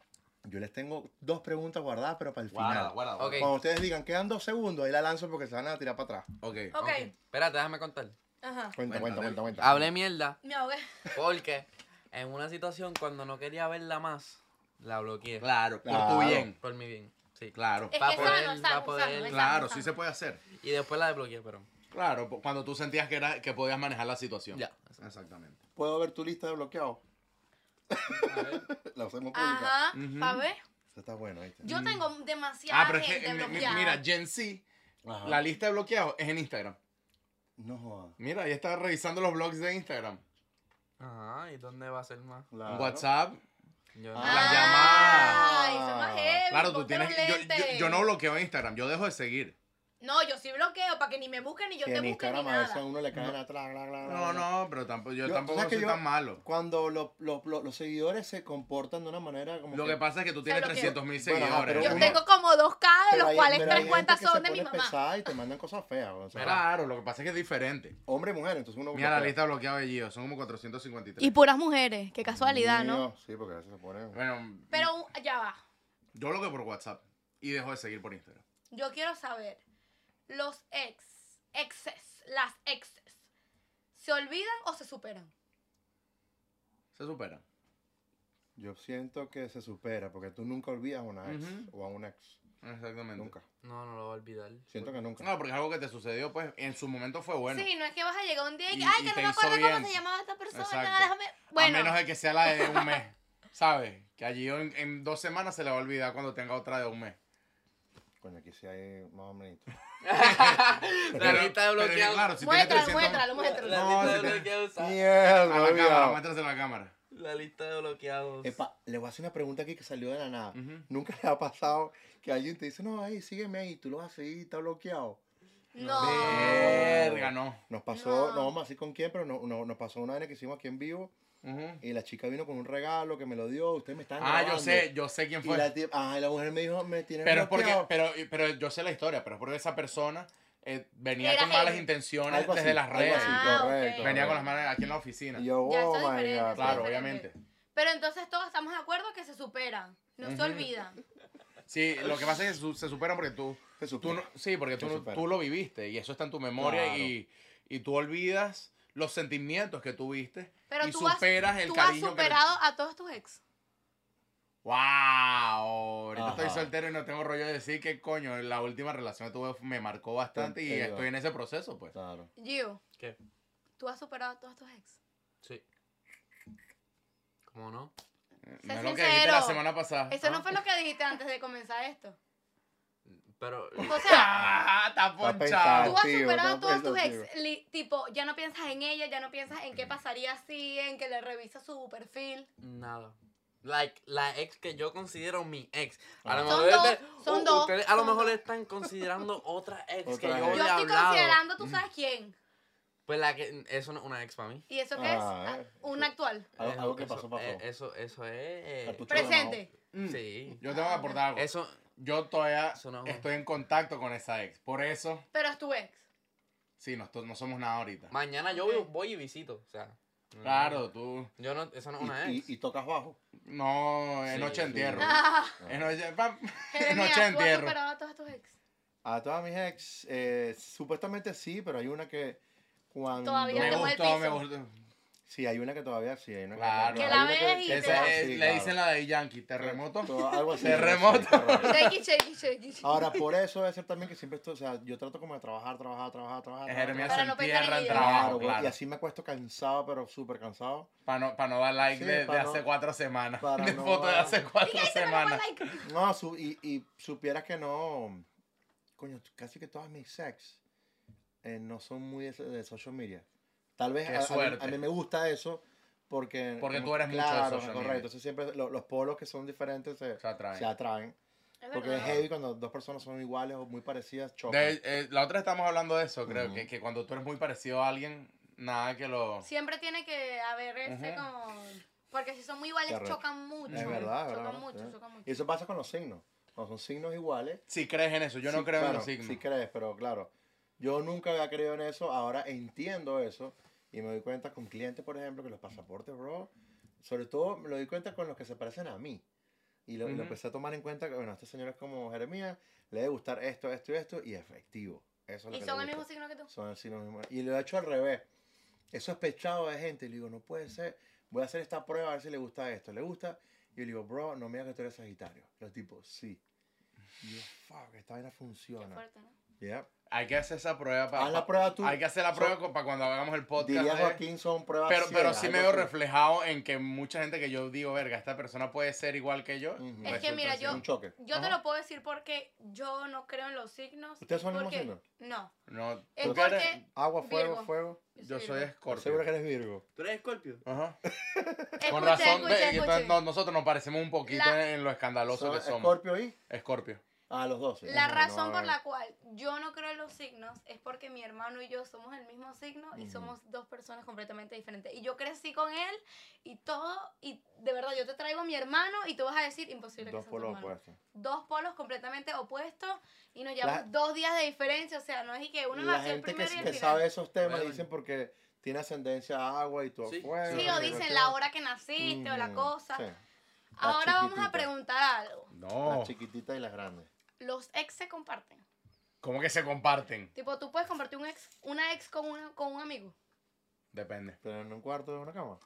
Yo les tengo dos preguntas guardadas, pero para el
Guarda,
final.
guarda,
Ok.
guarda.
Cuando ustedes digan, quedan dos segundos, ahí la lanzo porque se van a tirar para atrás.
Ok.
Ok.
Espérate, déjame contar.
Ajá.
Cuenta,
Cuéntate.
cuenta, cuenta, cuenta.
Hablé mierda
Me ahogué.
porque en una situación cuando no quería verla más, la bloqueé.
Claro, por
Claro.
tu bien.
Por mi bien. Sí.
Claro.
Es
Va
que
a poder,
sano,
va a
sano,
poder.
sano, es sano,
Claro, sí
sano.
se puede hacer.
Y después la desbloqueé, pero.
Claro, po- cuando tú sentías que, era, que podías manejar la situación.
Ya.
Exactamente.
¿Puedo ver tu lista de bloqueados?
A ver.
La hacemos pública.
Ajá.
Ujú.
Pa' ver.
Eso está bueno, ¿viste?
Yo tengo
Ah,
demasiada
pero es que,
gente
eh, mi- mi-
bloqueada.
mira, Gen Z,
Ajá.
la lista de bloqueados es en Instagram.
No jodas.
Mira, ahí está revisando los blogs de Instagram.
Ajá, ¿y dónde va a ser más?
Claro.
WhatsApp.
Yo
Ah.
Las
Ay,
llamadas.
son más heavy.
Claro, tú
ponte
tienes
los
que. Yo,
lentes.
yo- yo no bloqueo Instagram, yo dejo de seguir.
No, yo sí bloqueo para que ni me busquen ni yo
Que
te
en
busque ni
Instagram a veces a
nada.
uno le caen atrás. bla, bla, bla,
No,
bla.
no, pero tampoco, yo,
Yo-
tampoco
¿sabes
soy
que yo-
tan malo.
Cuando lo- lo- lo- los seguidores se comportan de una manera como.
Lo que pasa es que tú tienes
bloqueo.
300 mil
Bueno, ajá,
seguidores.
pero
Yo
uno-
tengo como dos K, de
Pero
los
hay-
cuales
pero hay
tres
gente
cuentas
que
son
se
de mi
pone
mamá.
pesada Y te mandan cosas feas. o sea,
Claro, lo que pasa es que es diferente.
hombre y mujer, entonces uno.
Mira la
bloquea.
lista bloqueada de Gio, son como 453.
Y puras mujeres, qué casualidad, ¿no?
Mío, Sí, porque a veces se pone.
Bueno,
Pero un- ya va.
yo bloqueo por WhatsApp y dejo de seguir por Instagram.
Yo quiero saber, los ex, exes, las exes, ¿se olvidan o se superan?
Se supera.
Yo siento que se supera porque tú nunca olvidas a una ex
Ujú.
o a un ex.
Exactamente.
Nunca.
No, no lo voy a olvidar.
Siento que nunca.
No, porque es algo que te sucedió, pues en su momento fue bueno.
Sí, no es que vas a llegar un día y, que,
Y-
ay,
y
que
te
no me
hizo
acuerdo cómo
bien.
se llamaba esta persona,
Exacto.
déjame... Bueno,
A menos de que sea la de un mes, ¿sabes? Que allí en, en dos semanas se le va a olvidar cuando tenga otra de un mes.
Coño, aquí sí hay más o menos.
la lista de
pero es que,
bloqueados.
claro, si tiene
muéstralo,
300
muéstralo, muéstralo.
La
No,
lista
si
de
te-
bloqueados. ¿sabes?
Mierda,
A la
olvidado.
cámara, muéstraselo a la cámara.
La lista de bloqueados.
Epa, le voy a hacer una pregunta aquí que salió de la nada.
Ujú.
Nunca le ha pasado que alguien te dice, no, ahí, sígueme ahí, tú lo vas a seguir, está bloqueado.
No.
Verga, no.
Nos pasó,
No.
no, vamos a decir con quién, pero no, no- nos pasó una vez que hicimos aquí en vivo
Ujú.
y la chica vino con un regalo que me lo dio, ustedes me están
Ah, yo sé, yo sé quién
Y la,
fue.
tía- ah, y la mujer me dijo, me tiene
Pues. Pero es porque,
bloqueado.
pero, pero yo sé la historia, pero es porque esa persona eh, venía
Era
con malas
él.
intenciones
Algo
desde
así,
las
algo
redes.
así,
Ah, ok.
correcto.
Venía con las
correcto.
manos aquí en la oficina.
Y yo,
Ya, eso
oh
es
my
diferente,
God.
claro,
diferente.
obviamente.
Pero entonces todos estamos de acuerdo que se superan, no se
Ujú.
olvidan.
Sí, lo que pasa es que su- se superan porque tú,
Se
tú
supone.
no- sí, porque tú,
Se
no-
supera.
tú lo viviste y eso está en tu memoria
Claro.
y, y tú olvidas los sentimientos que tuviste
Pero
y
tú has-
superas el
Tú has
cariño que le-
superado a todos tus ex.
¡Wow! Ahorita
Ajá.
estoy soltero y no tengo rollo de decir que coño, la última relación que tuve me marcó bastante y
Te- te
estoy
iba.
en ese proceso, pues.
Claro.
Gio,
¿Qué?
tú has superado a todos tus ex.
Sí. ¿Cómo no?
No es
Sé
lo que dijiste la
sincero.
semana pasada.
Eso
Ah.
no fue lo que dijiste antes de comenzar esto.
Pero.
O sea,
¡Ah! Está
Tú
ponchado.
pensado.
has
Activo,
superado a
está
todos tus
pensativo.
ex, li- tipo, ya no piensas en ella, ya no piensas en qué pasaría si, en que le revisa su perfil.
Nada. Like, la ex que yo considero mi ex. A
Ah.
lo
Son
mejor
dos,
ustedes-
son
u-
dos,
ustedes a lo
son
mejor
dos.
están considerando otra ex que
Otra
yo
ex.
le
Yo
he
estoy
hablado.
considerando, tú sabes quién.
Pues la que eso no es una ex para mí.
¿Y eso qué es?
Ah,
Ah,
eh.
Un actual.
Algo,
Eso-
algo que
eso-
pasó, pasó.
eh, eso, eso es. eh,
Cartucho.
Presente.
sí.
Mm. Yo tengo que aportar algo.
Eso.
Yo todavía
Eso no.
estoy en contacto con esa ex. Por eso,
Pero es tu ex.
sí, no, esto- no somos nada ahorita.
Mañana yo voy, voy y visito. O sea. no,
Claro, tú.
Yo no, eso no es
Y-
una
y,
ex.
y tocas bajo.
No, es
Sí,
noche
sí.
entierro.
Ah,
Es noche, pam, es
Jeremías,
noche
tú has
entierro.
superado a todos tus ex.
A todas mis ex, eh, supuestamente sí, pero hay una que cuando...
Todavía
Me
te mueve el
gustó, me
piso.
gustó.
Sí, hay una que todavía sí, hay una
Claro.
que...
Que
hay
la
una
ves y te
Esa
da-
es,
sí,
le
claro.
dicen la de Yankee, terremoto.
Todo- algo así,
Terremoto.
algo así, correcto.
Shakey, shakey, shakey.
Ahora, por eso debe ser también que siempre estoy, o sea, yo trato como de trabajar, trabajar, trabajar, trabajar.
Es
trabajar,
Jeremías se
Para no pensar
entierra
en
en
ella.
Claro,
trabajo,
güey,
claro.
y así me acuesto cansado, pero súper cansado.
Para no, pa no dar like
Sí,
de, de
pa no-
hace cuatro semanas.
para
de
no
foto de
dar-
hace cuatro
Se me fue el
semanas.
like.
No, su- y, y supieras que no, coño, casi que todas mis ex eh, no son muy de, de social media. Tal vez
Qué
a- a, mí-
suerte.
a mí me gusta eso porque...
Porque
como-
tú eres mucho de
claro,
social media.
correcto. Entonces siempre lo- los polos que son diferentes se,
Se atraen.
se atraen.
Es
Porque es
verdad.
heavy cuando dos personas son iguales o muy parecidas, chocan.
De- eh, la otra estamos hablando de eso, creo,
Ujú.
que, que cuando tú eres muy parecido a alguien, nada que lo...
Siempre tiene que haber ese
Ujú.
como... Porque si son muy iguales,
Qué arrecho.
chocan mucho.
Es verdad,
chocan
¿verdad?
mucho,
Sí.
chocan mucho.
Y eso pasa con los signos. Cuando son signos iguales.
Si crees en eso, yo no
sí,
creo en
claro,
los signos.
Sí crees, pero claro. Yo nunca había creído en eso. Ahora entiendo eso. Y me doy cuenta con clientes, por ejemplo, que los pasaportes, bro. Sobre todo me lo doy cuenta con los que se parecen a mí. Y lo, lo
Ujú.
empecé a tomar en cuenta que, bueno, este señor es como Jeremías, le debe gustar esto, esto y esto, y efectivo. Eso es lo
Y
que
son
le
el mismo
gusta.
signo que tú.
Son así los mismos. Y lo he hecho al revés. He sospechado de gente. Y le digo, no puede ser. Voy a hacer esta prueba a ver si le gusta esto. ¿Le gusta? Y yo le digo, bro, no me digas que tú eres Sagitario. Los tipos, sí. Y yo, fuck, esta vaina
Qué
funciona.
fuerte, ¿no?
Yeah.
Hay que hacer esa prueba para...
Haz la prueba tú.
Hay que hacer la prueba
Son-
para cuando hagamos el podcast.
Diría
de-
Joaquín, son pruebas
Pero, pero
ciegas,
sí
Ah, algo
me veo
así.
reflejado en que mucha gente que yo digo, verga, esta persona puede ser igual que yo.
Ujú. Es que
resulta
mira,
ser-
yo-
Un choque.
Yo te
Ajá.
lo puedo decir porque yo no creo en los signos.
¿Ustedes son el mismo
porque-
signo?
No.
No, tú
Es
que eres-
porque-
Agua, fuego,
Virgo.
fuego.
Yo soy
Virgo.
escorpio.
Seguro que eres Virgo.
¿Tú eres Scorpio?
Ajá.
Escuché,
Con razón,
escuché,
ve, que
escuché.
to- no, nosotros nos parecemos un poquito
La-
en lo escandaloso
Son
que somos.
Escorpio y.
Escorpio.
Ah, los dos. sí.
La
No,
razón
no,
por
eh.
la cual yo no creo en los signos es porque mi hermano y yo somos el mismo signo y
Ujú.
somos dos personas completamente diferentes. Y yo crecí con él y todo, y de verdad yo te traigo a mi hermano y tú vas a decir imposible que
Dos
sea tu
polos
hermano.
opuestos.
Dos polos completamente opuestos y nos llevamos
La-
dos días de diferencia, o sea, no es y que uno
la
nació el
gente que,
primero y el
que
final.
sabe esos temas
Bueno.
dicen porque tiene ascendencia a agua y todo.
Sí.
fuego,
Sí,
no
o
sé
dicen
qué.
la hora que naciste o la
Ujú,
cosa.
sí.
Ahora vamos a
chiquitita.
preguntar algo.
No.
Las chiquititas y las grandes.
Los ex se comparten.
¿Cómo que se comparten?
Tipo, tú puedes compartir un ex, una ex con, una, con un amigo.
Depende.
Pero en un cuarto de una cama.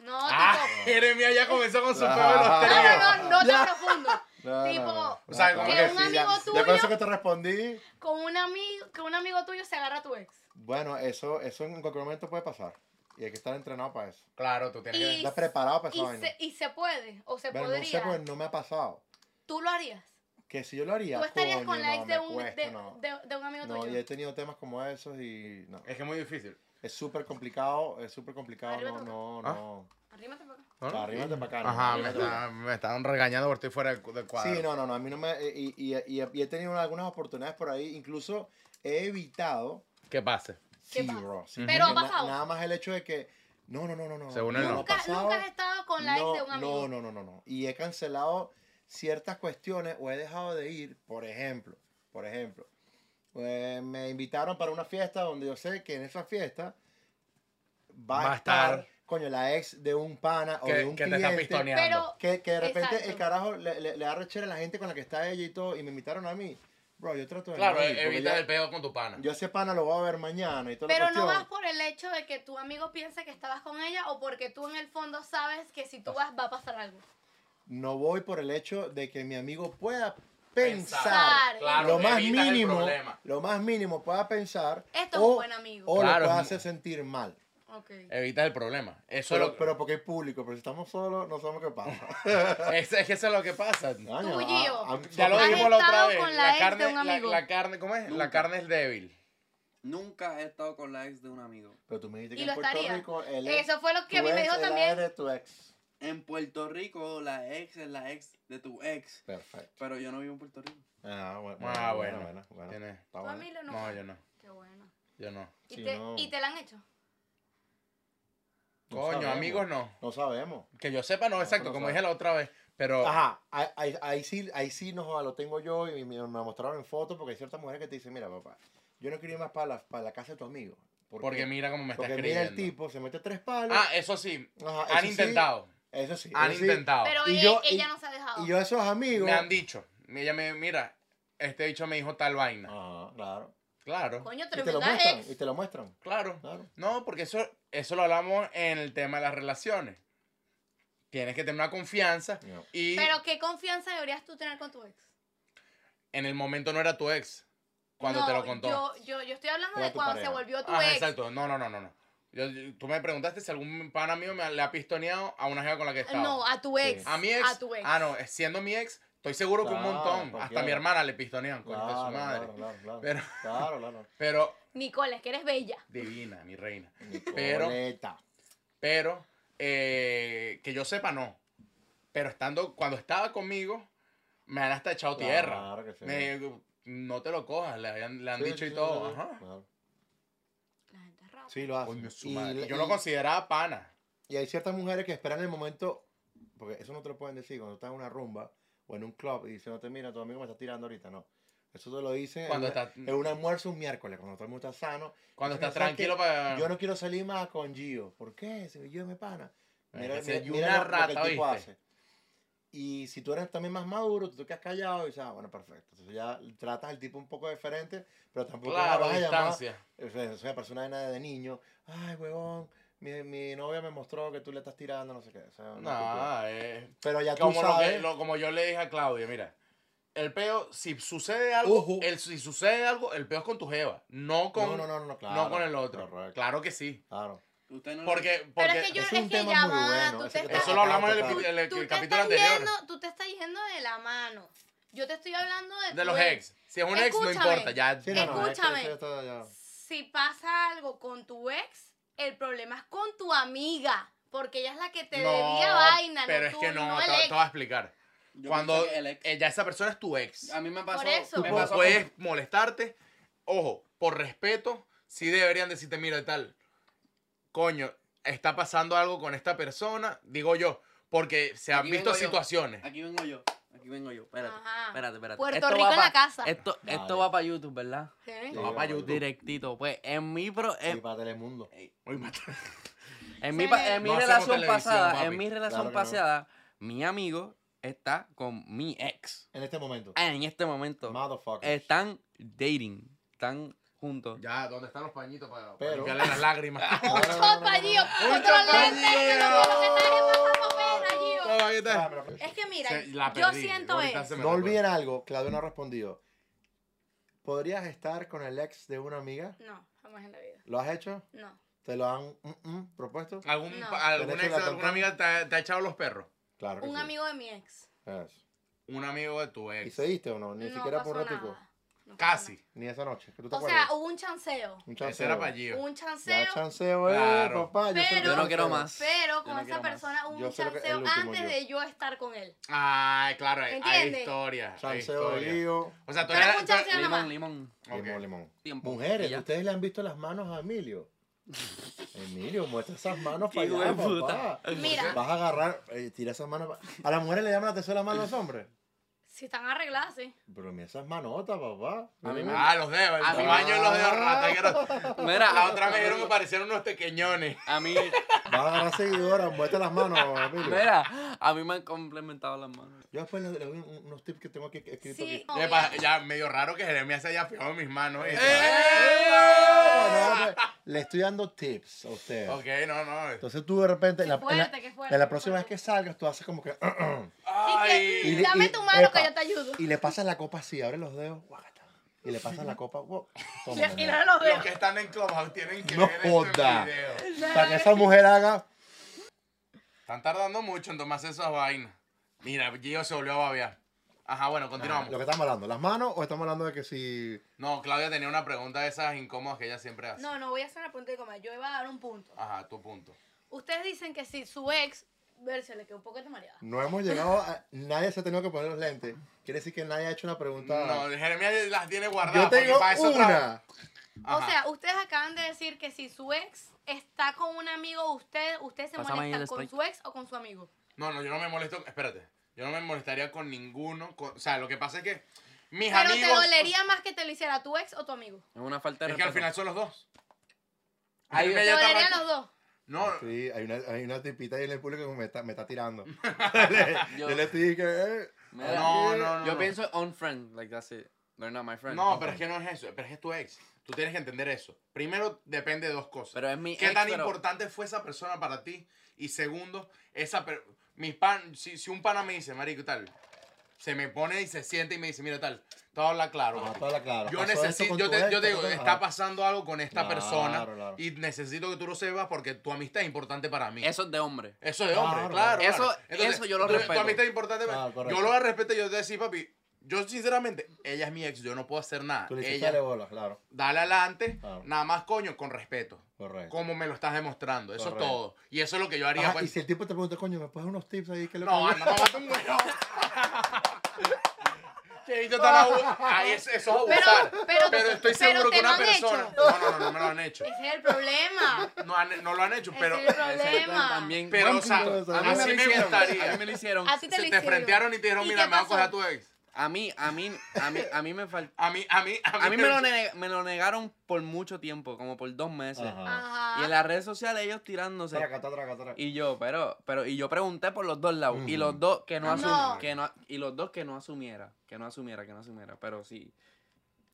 No,
Ah,
tipo,
Jeremia ya comenzó con su
Ah.
juego de los
No, no,
tríos.
no, no tan profundo.
No, no,
Tipo,
no.
O sea,
No,
como
claro.
que Que un
Sí, ya-
amigo
Ya
tuyo-
con eso que te respondí.
Con un amigo, con un amigo tuyo se agarra tu ex.
Bueno, eso, eso en cualquier momento puede pasar. Y hay que estar entrenado para eso.
Claro, tú tienes
Y-
que...
Estás preparado para
Y
esa vaina.
se, y se puede, o se
Pero no sé,
podría.
pues no me ha pasado.
Tú lo harías.
Que si yo lo haría.
Tú estarías
coño,
con la
no,
ex
me
de, un,
cuesta,
de,
no.
de- de un amigo
No, yo
tuyo.
he tenido temas como esos y no.
Es que es muy difícil.
Es súper complicado, es súper complicado.
Arriba
No,
toca.
no,
Ah.
no.
Arrímate para acá.
¿No?
Arrímate pa' acá, ¿no?
Ajá, me,
Arrímate pa'
está- me estaban regañando porque estoy fuera del cu- del cuadro.
Sí, no, no, no. A mí no me. eh, Y, y- y- y he tenido algunas oportunidades por ahí. Incluso he evitado.
¿Qué pase?
¿Qué
Sí,
pasa?
bro. sí,
Pero
porque
ha
na-
pasado.
nada más el hecho de que. No, no, no, no. no
Según él,
no,
no.
no ha
Nunca,
pasado,
nunca has estado con la ex
no,
de un amigo.
No, no, no, no, no. Y he cancelado ciertas cuestiones o he dejado de ir. Por ejemplo, por ejemplo, eh, me invitaron para una fiesta donde yo sé que en esa fiesta va,
Va a
a estar,
estar-
coño, la ex de un pana o de
Que,
un
que te está
cliente.
pistoneando.
Pero-
Que, que de repente
Exacto.
el carajo le, le, le da rechera a la gente con la que está ella y todo, y me invitaron a mí. Bro, yo trato de.
claro, eh,
no ir, porque
evitas
ya-
el pedo con tu pana.
Yo a ese pana lo voy a ver mañana y todo
Pero no vas por el hecho de que tu amigo piense que estabas con ella o porque tú en el fondo sabes que si tú vas va a pasar algo.
No voy por el hecho de que mi amigo pueda
Pensar.
pensar.
Claro,
lo más
evitas el
mínimo,
problema.
lo más mínimo pueda pensar.
Esto es
o,
un buen amigo.
O
Claro,
lo pueda
es mu-
hacer sentir mal.
Ok.
Evitas el problema. Eso
Pero,
es lo-
pero porque hay público, pero si estamos solos, no sabemos qué pasa.
es, es que eso es lo que pasa.
Coño, ah,
Gio.
a- a-
Ya lo
¿Has
dijimos la otra
estado
vez.
con la
La
ex de
carne,
un
la,
amigo?
la carne, ¿cómo es? La
Nunca.
carne es débil.
Nunca he estado con la ex de un amigo.
Pero tú me dijiste
¿Y
que
lo
en Puerto
estaría?
Rico el ex-
Eso fue lo que a
tu
mí me
ex
dijo
era-
también.
eres tu ex.
En Puerto Rico, la ex es la ex de tu ex.
Perfecto.
Pero yo no vivo en Puerto Rico.
Ah, bueno.
Ah, bueno.
bueno, bueno.
Tiene-
¿Tú,
Está bueno.
Emilio, no?
No, yo no.
Qué bueno. ¿Y,
Yo no.
Sí,
te,
no.
¿Y te la han hecho?
No
Coño,
sabemos.
amigos no.
No sabemos.
Que yo sepa, no,
No,
exacto,
no
como
sabe.
dije la otra vez. Pero
Ajá, ahí, ahí- ahí sí, ahí sí no, joda, lo tengo yo y me, me mostraron en fotos porque hay ciertas mujeres que te dicen, mira papá, yo no quiero ir más para la, para la casa de tu amigo. ¿Por
porque
qué?
mira cómo me está
Porque
escribiendo.
mira el tipo, se mete tres palos.
Ah, eso sí.
Ajá, eso
Han
sí,
intentado.
Eso sí.
Han
eso sí.
intentado.
Pero
Y
ella,
yo-
ella
y-
no se ha dejado.
Y yo a esos amigos...
Me han dicho. Ella me, mira, este dicho me dijo tal vaina.
Ajá, claro.
Claro,
Coño,
Y te lo
tremenda
muestran,
ex.
y te lo muestran,
claro.
claro.
No, porque eso, eso lo hablamos en el tema de las relaciones. Tienes que tener una confianza
No.
y
Pero ¿qué confianza deberías tú tener con tu ex?
en el momento no era tu ex cuando
No,
te lo contó.
Yo, yo, yo estoy hablando
Fue
de
tu
cuando
pareja.
se volvió tu
Ajá,
ex.
exacto. No, no, no, no, no. Yo- yo- tú me preguntaste si algún pana mío me ha- le ha pistoneado a una jeva con la que estaba.
No, a tu ex.
a mi ex.
A tu ex.
Ah, no, siendo mi ex, estoy seguro que un
Claro,
montón.
cualquiera.
Hasta mi hermana le pistonean con su
Claro,
madre.
claro, claro, claro.
Pero-
Claro, claro.
Pero
Nicole, es que eres bella.
divina, mi reina. Pero-
Nicoleta.
Pero eh, que yo sepa, no. Pero estando, cuando estaba conmigo, me han hasta echado tierra.
Claro que sí.
Me- no te lo cojas, le, habían- le han
Ah, Sí,
dicho y
sí,
todo.
sí, sí.
Ajá.
Claro.
La gente es rara.
Sí, lo hacen.
Coño, su
Y
madre.
le-
Yo lo
y-
consideraba pana.
Y hay ciertas mujeres que esperan el momento, porque eso no te lo pueden decir cuando estás en una rumba o en un club y dicen, no te mira, tu amigo me está tirando ahorita, no. Eso te lo dicen
Cuando
en, una-
está-
en un almuerzo un miércoles, cuando todo el mundo está sano.
Cuando estás
¿Sabes qué?
tranquilo para.
Yo no quiero salir más con Gio. ¿Por qué? Si Gio es mi pana.
Es que si hay
lo-
una
lo que
rata,
el tipo
¿oíste?
hace. Y si tú eres también más maduro, tú te quedas callado y dices, ah, bueno, perfecto. Entonces ya tratas al tipo un poco diferente, pero tampoco la
Claro,
vas a llamar
distancia.
o sea, eh, soy una persona de, nada de niño. Ay, huevón, mi, mi novia me mostró que tú le estás tirando, no sé qué. O sea, una estupidez.
No, eh,
Pero ya tú
como, lo que-
sabes.
lo- como yo le dije a Claudia, mira, el peo, si sucede algo,
Ujú.
el, si sucede algo, el peo es con tu jeva, no con,
no, no, no, no, no, claro.
no con el otro.
Correcto,
Claro que sí.
Claro.
Usted no
Porque,
Pero
porque
es que yo, es,
Ese es un
que
tema
ya
muy
va,
bueno,
tú
ese
te
que
estás...
eso lo hablamos en el,
Total,
epi- el- el
tú te
capítulo
estás
anterior.
Yendo, tú te estás yendo de la mano. Yo te estoy hablando de,
De
tu
los ex. Si es un ex, no
Escúchame.
importa. Ya,
Sí, no, no,
Escúchame.
eso- eso está ya-
Si pasa algo con tu ex, el problema es con tu amiga. Porque ella es la que te
no,
debía vaina. no
Pero es
tú,
que no,
el
te,
ex.
te voy a explicar.
Yo
Cuando
pienso que el ex-
eh, ya esa persona es tu ex. pues
A mí me pasó.
Por eso.
Me
Tú
pasó
puedes molestarte. Ojo, por respeto, sí deberían decirte, mira, tal, coño, está pasando algo con esta persona, digo yo, porque se han
Aquí
visto
vengo yo.
situaciones.
Aquí vengo yo. Aquí vengo yo. Espérate.
Ajá.
Espérate, espérate.
Ah. Puerto
Esto va
Rico en
pa-
la casa.
Esto,
Dale.
esto va para YouTube, ¿verdad?
¿Eh?
Sí,
No, pa'
para
YouTube.
Directito. Pues en mi pro,
Y
en,
para Telemundo.
Uy, mata.
en mi, pa- en mi
No hacemos
relación
televisión,
pasada,
papi.
en mi relación
Claro que no.
pasada, mi amigo está con mi ex.
En este momento.
Ah, En este momento.
Motherfucker.
Están dating. Están juntos.
Ya, ¿dónde están los pañitos para,
Pero-
para limpiarle las lágrimas?
No, no, no, no, no,
Chopa,
no. Ah,
Gio. Otro
chopa,
lente. Que no
Gio.
lo que está pasando pena, Gio.
No, ahí está.
Ah, pero-
Es que mira,
Se- la
yo
perdí,
siento
ahorita
es...
se me
No
recuerda.
olviden algo, Claudio no ha respondido. ¿Podrías estar con el ex de una amiga?
No, jamás en la vida.
¿Lo has hecho?
No.
¿Te lo han mm, mm, propuesto?
¿Algún,
No.
pa- ¿Algún
Derecho
ex,
a la
alguna amiga te ha, te ha echado los perros?
Claro. que
Un
sí.
amigo de mi ex.
Eso.
Un amigo de tu
¿Y
ex.
seguiste o no? Ni
no
siquiera
pasó
por un ratico.
nada. No pasó
Casi.
Ni esa noche. ¿que tú te
nada. O
acuerdas?
sea, hubo un chanceo.
un
Ese era para
Un
Ya
chanceo.
chanceo, eh,
Claro.
papá. yo sé lo que
Pero- Yo no
es
quiero
chanceo.
más.
Pero con
no
esa
quiero más.
persona hubo
Yo
un
sé lo que- el
chanceo
último
antes
yo.
de yo estar con él.
Ay, claro, hay, hay
¿Entiendes?
historias. hay
Chanceo de
historias.
lío.
O sea, tú
Pero
eras...
un chanceo
tú-
nada más.
Limón, limón.
Ok.
Limón, limón.
Tiempo. Y
Mujeres,
ya.
¿ustedes le han visto las manos a Emilio? Emilio, muestra esas manos para
Hijo
allá,
de puta.
papá.
Mira,
Vas a agarrar, eh, tira esas manos. pa- A las mujeres le llaman la atención las manos a los hombres.
si están arregladas, sí.
Pero mira esas manotas, papá.
A mí me-
Mira,
Ah, los dedos. El
A mí-
tamaño de los dedos rata. que era-
Mira,
La otra me dijeron que parecieron unos pequeñones.
A mí,
Vas a agarrar seguidoras, muestra las manos, Emilio.
mira, a mí me han complementado las manos.
Yo después les les doy un- unos tips que tengo aquí escritos.
Sí,
aquí.
obvio.
Epa, ya medio raro que Jeremia se haya fijado en mis manos. ¿eh?
No, no, le estoy dando tips a ustedes.
Ok, no, no.
Entonces tú de repente, en la, en la-
fuerte, qué fuerte,
en la
qué
próxima vez
fuerte.
que salgas, tú haces como que...
Y que,
Y-
Ay,
y-
dame tu mano que
epa.
yo te ayudo.
Y le pasas la copa así, abre los dedos, guácata. Y le pasas la copa, wow, toma,
Le- Y
nena.
no los veo.
los que están en Clubhouse tienen que
No
ver esto
joda.
en video.
Para que esa mujer haga...
Están tardando mucho en tomarse esas vainas. Mira, Gio se volvió a babear. Ajá, bueno, continuamos.
Lo que estamos hablando, ¿las manos o estamos hablando de que si...
No, Claudia tenía una pregunta de esas incómodas que ella siempre hace.
No, no voy a hacer la pregunta de comer. Yo iba a dar un punto.
Ajá, tu punto.
Ustedes dicen que si su ex, ver, se le quedó un poquito mareada.
No hemos llegado a... Nadie se ha tenido que poner los lentes. Quiere decir que nadie ha hecho una pregunta...
No, Jeremia las tiene guardadas.
Yo
porque
tengo
para eso tra-
una.
Ajá.
O sea, ustedes acaban de decir que si su ex está con un amigo, usted, ustedes se
Pásame ahí
molestan
el
con
Sprite.
su ex o con su amigo.
No, no, yo no me molesto. Espérate. Yo no me molestaría con ninguno. con- o sea, lo que pasa es que mis
Pero
amigos.
te dolería más que te lo hiciera tu ex o tu amigo.
Es una falta de
Es que al
respeto.
final son los dos.
Ahí-
Jeremia
Te
ya está
dolerían
arran-
los dos.
No,
Sí, hay una, hay una tipita ahí en el público que me está, me está tirando. Le- yo,
Yo-
le estoy diciendo que... eh,
Mira,
No, no, no,
Yo
no.
pienso on friend, like that's it. They're not my friend.
no, pero es que no es eso. Pero es que es tu ex. Tú tienes que entender eso. Primero, depende de dos cosas.
Pero es mi
¿Qué
ex,
tan
pero-
importante fue esa persona para ti? Y segundo, esa per- mis pan, si, si un pana me dice, marico, tal, se me pone y se siente y me dice, mira, tal, todo habla claro.
Ah,
papi.
todo habla claro.
Yo
Pasó esto
necesito,
con
yo
tu
te,
ex,
yo te
pasó
digo,
esto-
está
Ajá.
pasando algo con esta
Claro,
persona
claro.
y necesito que tú lo sepas porque tu amistad es importante para mí.
Eso es de hombre.
Eso de hombre,
Claro.
claro.
Eso-
claro.
eso yo lo
tu- Tu
respeto.
amistad es importante.
Claro, correcto.
yo lo respeto y yo te decía, papi, yo sinceramente, ella es mi ex, yo no puedo hacer nada.
Tú le dices,
ella,
dale bola, claro.
dale adelante,
Claro.
nada más coño, con respeto.
Correcto.
Como me lo estás demostrando, eso
Correcto.
es todo. Y eso es lo que yo haría. ah,
Ajá,
pues.
Y si el tipo te pregunta, coño, ¿me puedes dar unos tips ahí? que
No, anda, mamá, tú un huevo.
¿Qué
que ellos están abu- Ay, es- eso es
Pero-
abusar. Pero,
pero- pero
estoy seguro
te
que
lo
una
han hecho.
persona. No, no, no, no me lo han hecho.
Ese es el problema.
No, han- no lo han hecho,
Ese
pero.
es el
Ese plan
problema.
también.
Pero,
Buen
o sea,
punto.
a mí me
me lo
sí me
hicieron,
gustaría.
A mí me lo hicieron.
A ti te
se
lo
te
hicieron.
frentearon y te dijeron,
¿Y
mira,
qué
me voy a coger a
pasó?
tu ex.
A mí, a mí, a mí, a mí me faltó.
A mí, a mí, a mí.
A mí me lo, ne- me lo negaron por mucho tiempo, como por dos meses.
Ajá.
Y en las redes sociales ellos tirándose.
Tracata, tracata.
Y yo, pero, pero, y yo pregunté por los dos lados. Y los dos que no,
No.
asum- que no y los dos que no asumiera. Que no asumiera, que no asumiera. Pero sí.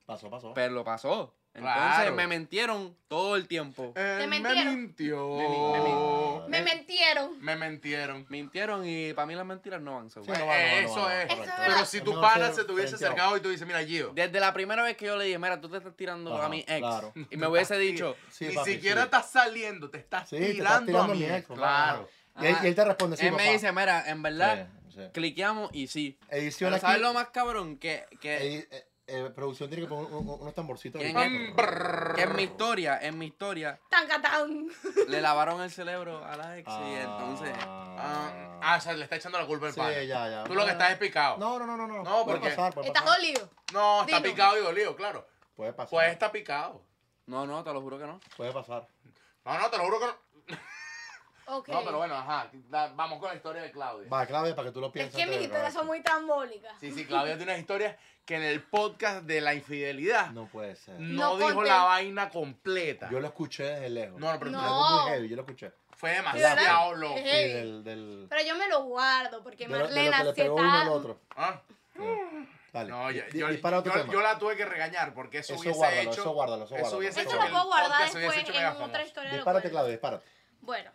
Pasó, pasó.
Pero lo pasó. Entonces
Claro.
me mintieron todo el tiempo.
Él Eh, me
mentieron.
mintió.
Me min- me
min-
Me mentieron.
Me mintieron.
Mintieron y para mí las mentiras no van
Sí, no
Eh,
va, no va,
eso
no va,
es.
correcto.
Eso es
Pero
verdad.
si
Es
tu
mejor
pana
ser
se te hubiese
frenteado.
acercado y tú dices, mira, Gio,
Desde la primera vez que yo le dije, mira, tú te estás tirando
Ajá,
a mi ex.
claro.
Y me hubiese dicho,
Sí,
ni
papi,
siquiera
sí.
estás saliendo, te estás,
Sí, te
tirando,
estás tirando
a mi ex.
papá.
Claro.
Y él, y él te responde, sí,
él
papá.
me dice, mira, en verdad,
Sí, sí.
cliqueamos y sí.
Edición
Pero
aquí.
¿sabes lo más cabrón? Que, que,
Edi- eh, eh, producción tiene que poner un- un- unos tamborcitos.
¿Quién
ahorita.
es? que en mi historia, en mi historia,
Tan catán.
le lavaron el cerebro a la ex y
Ah.
entonces...
Ah, ah, o sea, le está echando la culpa al
Sí,
pana.
ya, ya. Ah.
Tú lo que estás es picado. No,
No, no, no, no. No,
No,
Puede
porque-
pasar, puede
Estás
pasar.
dolido.
está
Dilo.
picado y dolido, claro.
Puede pasar.
Pues está picado.
No, no, te lo juro que no.
Puede pasar.
No, no, te lo juro que no.
Ok.
No, pero bueno, ajá. la- vamos con la historia de Claudia.
Va, Claudia, para que tú lo
es
pienses.
que
antes
mis
de
historias son
grabar.
muy tambólicas.
Sí, sí, Claudia tiene unas historias que en el podcast de la infidelidad no,
No puede ser.
No
dijo
conté.
la vaina completa.
Yo lo escuché desde lejos.
No, no, pero
No.
Algo muy heavy, yo lo escuché.
fue
¿Verdad?
demasiado loco.
Sí,
Ejé. Heavy.
del, del,
Pero yo me lo guardo porque
de lo- de lo
Marlena
que le
sí
pegó uno al
está-
otro.
Ah,
Sí. Dale.
No, yo,
Di-
yo,
dispara otro
yo-
tema.
yo la tuve que regañar porque eso,
Eso
hubiese
guárdalo,
hecho.
eso guárdalo, eso guárdalo.
hubiese
Eso
Esto
hecho
lo
que el
puedo guardar
podcast hubiese
después
hecho
en
mega
otra
famoso.
historia. lo
Dispárate,
cuento.
Claudia, dispárate.
Bueno,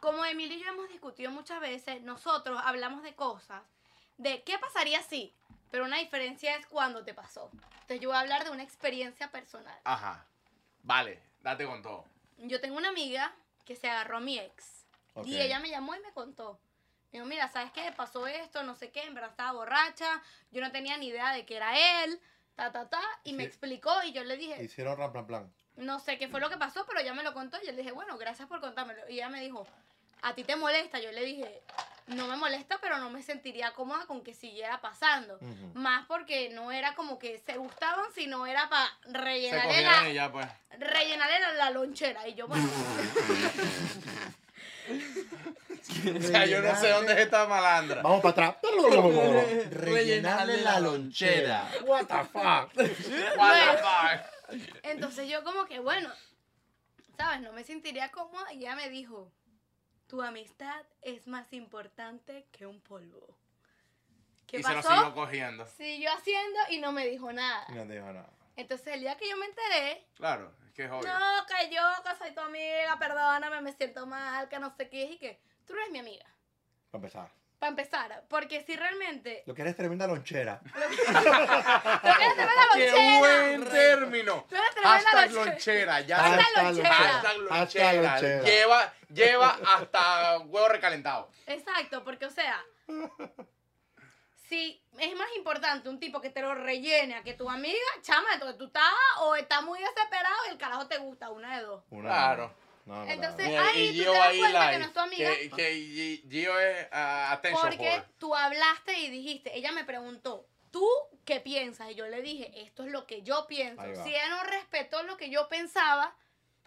como Emilio y yo hemos discutido muchas veces, nosotros hablamos de cosas, de qué pasaría si, pero una diferencia es cuando te pasó. Entonces yo voy a hablar de una experiencia personal.
Ajá. Vale, date con todo.
Yo tengo una amiga que se agarró a mi ex.
Ok.
Y ella me llamó y me contó. Me dijo, mira, ¿sabes qué? Pasó esto, no sé qué, en verdad estaba borracha, yo no tenía ni idea de que era él, ta, ta, ta, y me
Sí.
explicó y yo le dije,
Hicieron ram, plan, plan.
no sé qué fue lo que pasó, pero ella me lo contó. Y yo le dije, bueno, gracias por contármelo. Y ella me dijo, ¿a ti te molesta? Yo le dije, no me molesta, pero no me sentiría cómoda con que siguiera pasando.
Ujú.
Más porque no era como que se gustaban, sino era para
Se
rellenarle
cogieron y
la,
ya, pues.
rellenarle la, la lonchera. Y yo, bueno,
O sea, yo no sé dónde es esta malandra.
Vamos para atrás.
Rellenarle la lonchera.
What the fuck.
What the fuck?
entonces yo como que, bueno, ¿sabes? No me sentiría cómoda. Y ella me dijo, tu amistad es más importante que un polvo. ¿Qué
Y se lo
pasó?
siguió cogiendo.
siguió haciendo y no me dijo nada.
No dijo nada.
Entonces el día que yo me enteré,
Claro, es que es obvio.
no, que yo, que soy tu amiga, perdóname, me siento mal, que no sé qué, y que tú no eres mi amiga.
Para empezar.
Para empezar, porque si realmente...
Lo que eres tremenda lonchera.
¡Tú eres tremenda
¡Qué
lonchera!
buen término!
¡Tú eres
Hashtag
tremenda lonchera!
lonchera, ya
Hashtag
sabes.
lonchera.
Hashtag
Hashtag
lonchera.
lonchera.
Lleva, lleva hasta huevo recalentado.
Exacto, porque o sea... Si es más importante un tipo que te lo rellene a que tu amiga, chama, entonces tú estás o estás muy desesperado y el carajo te gusta, una de dos.
Una-
Claro.
No, no,
Entonces,
no.
Mira,
ahí tú te
Gio
das cuenta que
like,
no es tu amiga.
Que, que Gi- Gio es ah, attention
Porque
whore.
tú hablaste y dijiste, ella me preguntó, ¿tú qué piensas? Y yo le dije, esto es lo que yo pienso.
Ahí va.
Si ella no respetó lo que yo pensaba,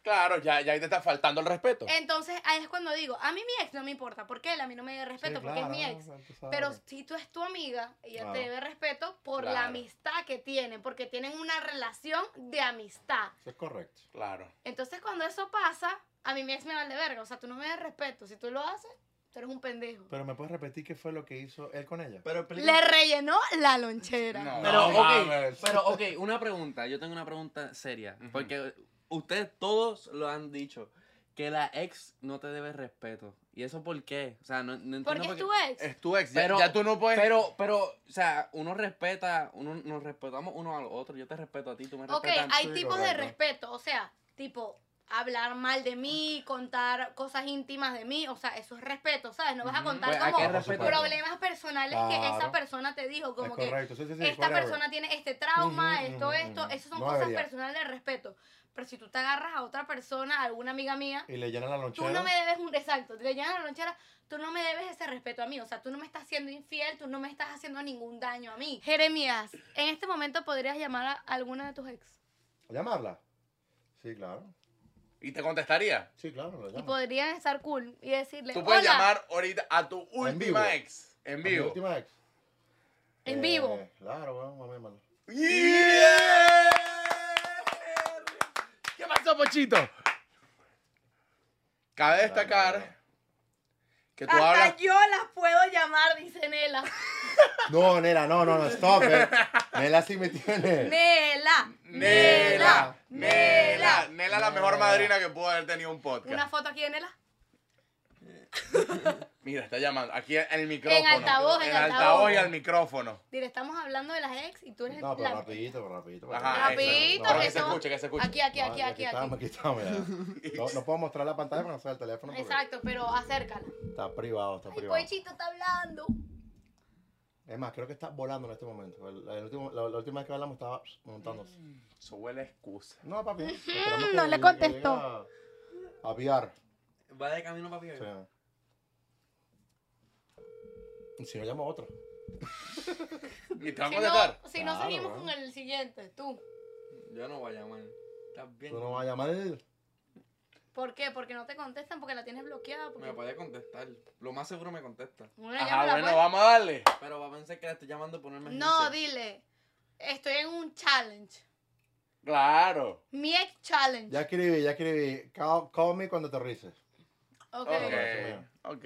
Claro, ya, ya ahí te está faltando el respeto.
entonces ahí es cuando digo, a mí mi ex no me importa, porque él a mí no me debe respeto,
Sí,
porque es
claro,
mi ex.
no, tú sabes.
Pero si tú es tu amiga, ella
Claro.
te debe respeto por la
Claro.
amistad que tienen, porque tienen una relación de amistad.
Eso es correcto.
Claro.
Entonces cuando eso pasa, a mí mi ex me vale verga, o sea, tú no me das respeto. Si tú lo haces, tú eres un pendejo.
Pero me puedes repetir qué fue lo que hizo él con ella.
Pero
Le rellenó la lonchera.
No.
Pero, ok,
mames.
pero, ok, una pregunta. Yo tengo una pregunta seria.
Ujú.
Porque ustedes todos lo han dicho. Que la ex no te debe respeto. ¿Y eso por qué? O sea, no, no entiendo
Porque
por
es
qué-
tu ex.
Es tu ex. ya-
Pero-
ya, tú no puedes.
Pero, pero, o sea, uno respeta, uno, nos respetamos uno al otro. Yo te respeto a ti, tú me
Ok,
respetas.
hay
Sí,
tipos de
correcto.
respeto, o sea, tipo, hablar mal de mí, contar cosas íntimas de mí, o sea, eso es respeto, ¿sabes? No vas a
Ujú.
contar
Pues, ¿a qué
como
respeto?
problemas personales que esa
Claro.
persona te dijo, como
es
que
correcto. Sí, sí, sí,
esta
whatever.
persona tiene este trauma,
Ujú,
esto,
ujú,
esto,
ujú.
eso son
No
cosas
debería.
personales de respeto. Pero si tú te agarras a otra persona, a alguna amiga mía,
Y le llenan la
tú
lonchera.
no me debes un exacto, te llegan a la lonchera, tú no me debes ese respeto a mí, o sea, tú no me estás siendo infiel, tú no me estás haciendo ningún daño a mí. Jeremías, en este momento podrías llamar a alguna de tus ex
¿Llamarla? Sí, claro.
Y te contestaría.
Sí, claro, la
y
llamo.
podrían estar cool y decirle,
Tú puedes
"Hola",
llamar ahorita a tu
En vivo.
última ex. En
¿A mi
vivo.
última ex?
en
Eh,
vivo.
Claro, bueno, vamos a llamarla.
Yeah. ¿Qué
ah,
pasó, Pochito? Cabe destacar que tú
Hasta
hablas.
yo las puedo llamar, dice Nela.
No, Nela, no, no, no, stop. eh. Nela sí me tiene.
Nela,
Nela,
Nela,
Nela,
Nela.
Nela, la mejor
Nela.
madrina que pudo haber tenido un
Una
podcast.
foto aquí de Nela.
Mira, está llamando. Aquí en el micrófono.
altavoz, en
En altavoz
altavoz.
y al micrófono.
Dile, estamos hablando de las ex y tú eres
No, pero
la...
rapidito, pero rapidito. porque-
Ajá,
Rapidito,
exacto.
que
Pero que se
eso-
escuche, que se escuche.
Aquí, aquí,
No,
aquí, aquí,
estamos,
aquí.
estamos, mira. No, no puedo mostrar la pantalla para no sea el teléfono. porque
Exacto, pero acércala.
Está privado, está
Ay,
privado.
Pochito está hablando.
Es más, creo que está volando en este momento. El- el último- la, la última vez que hablamos estaba pss, montándose.
Eso huele a excusa.
No, papi.
no le contestó.
contestó. A aviar.
Va de camino para Pierre.
Y Si no, llamo a otra.
¿Y te van a
Si
contestar?
no, si no
Claro,
seguimos
bueno.
con el siguiente, tú.
Yo no voy a llamar. Estás bien.
Tú no vas a llamar.
¿Por qué? Porque no te contestan, porque la tienes bloqueada. Porque...
Me puede contestar. Lo más seguro me contesta.
Bueno,
Ajá,
llámala,
bueno,
pues.
vamos a darle.
Pero va a pensar que la estoy llamando por una
No, dile. Estoy en un challenge.
Claro.
Mi ex challenge.
Ya escribí, ya escribí. Call, call me cuando aterrices.
Ok.
Ok, ok.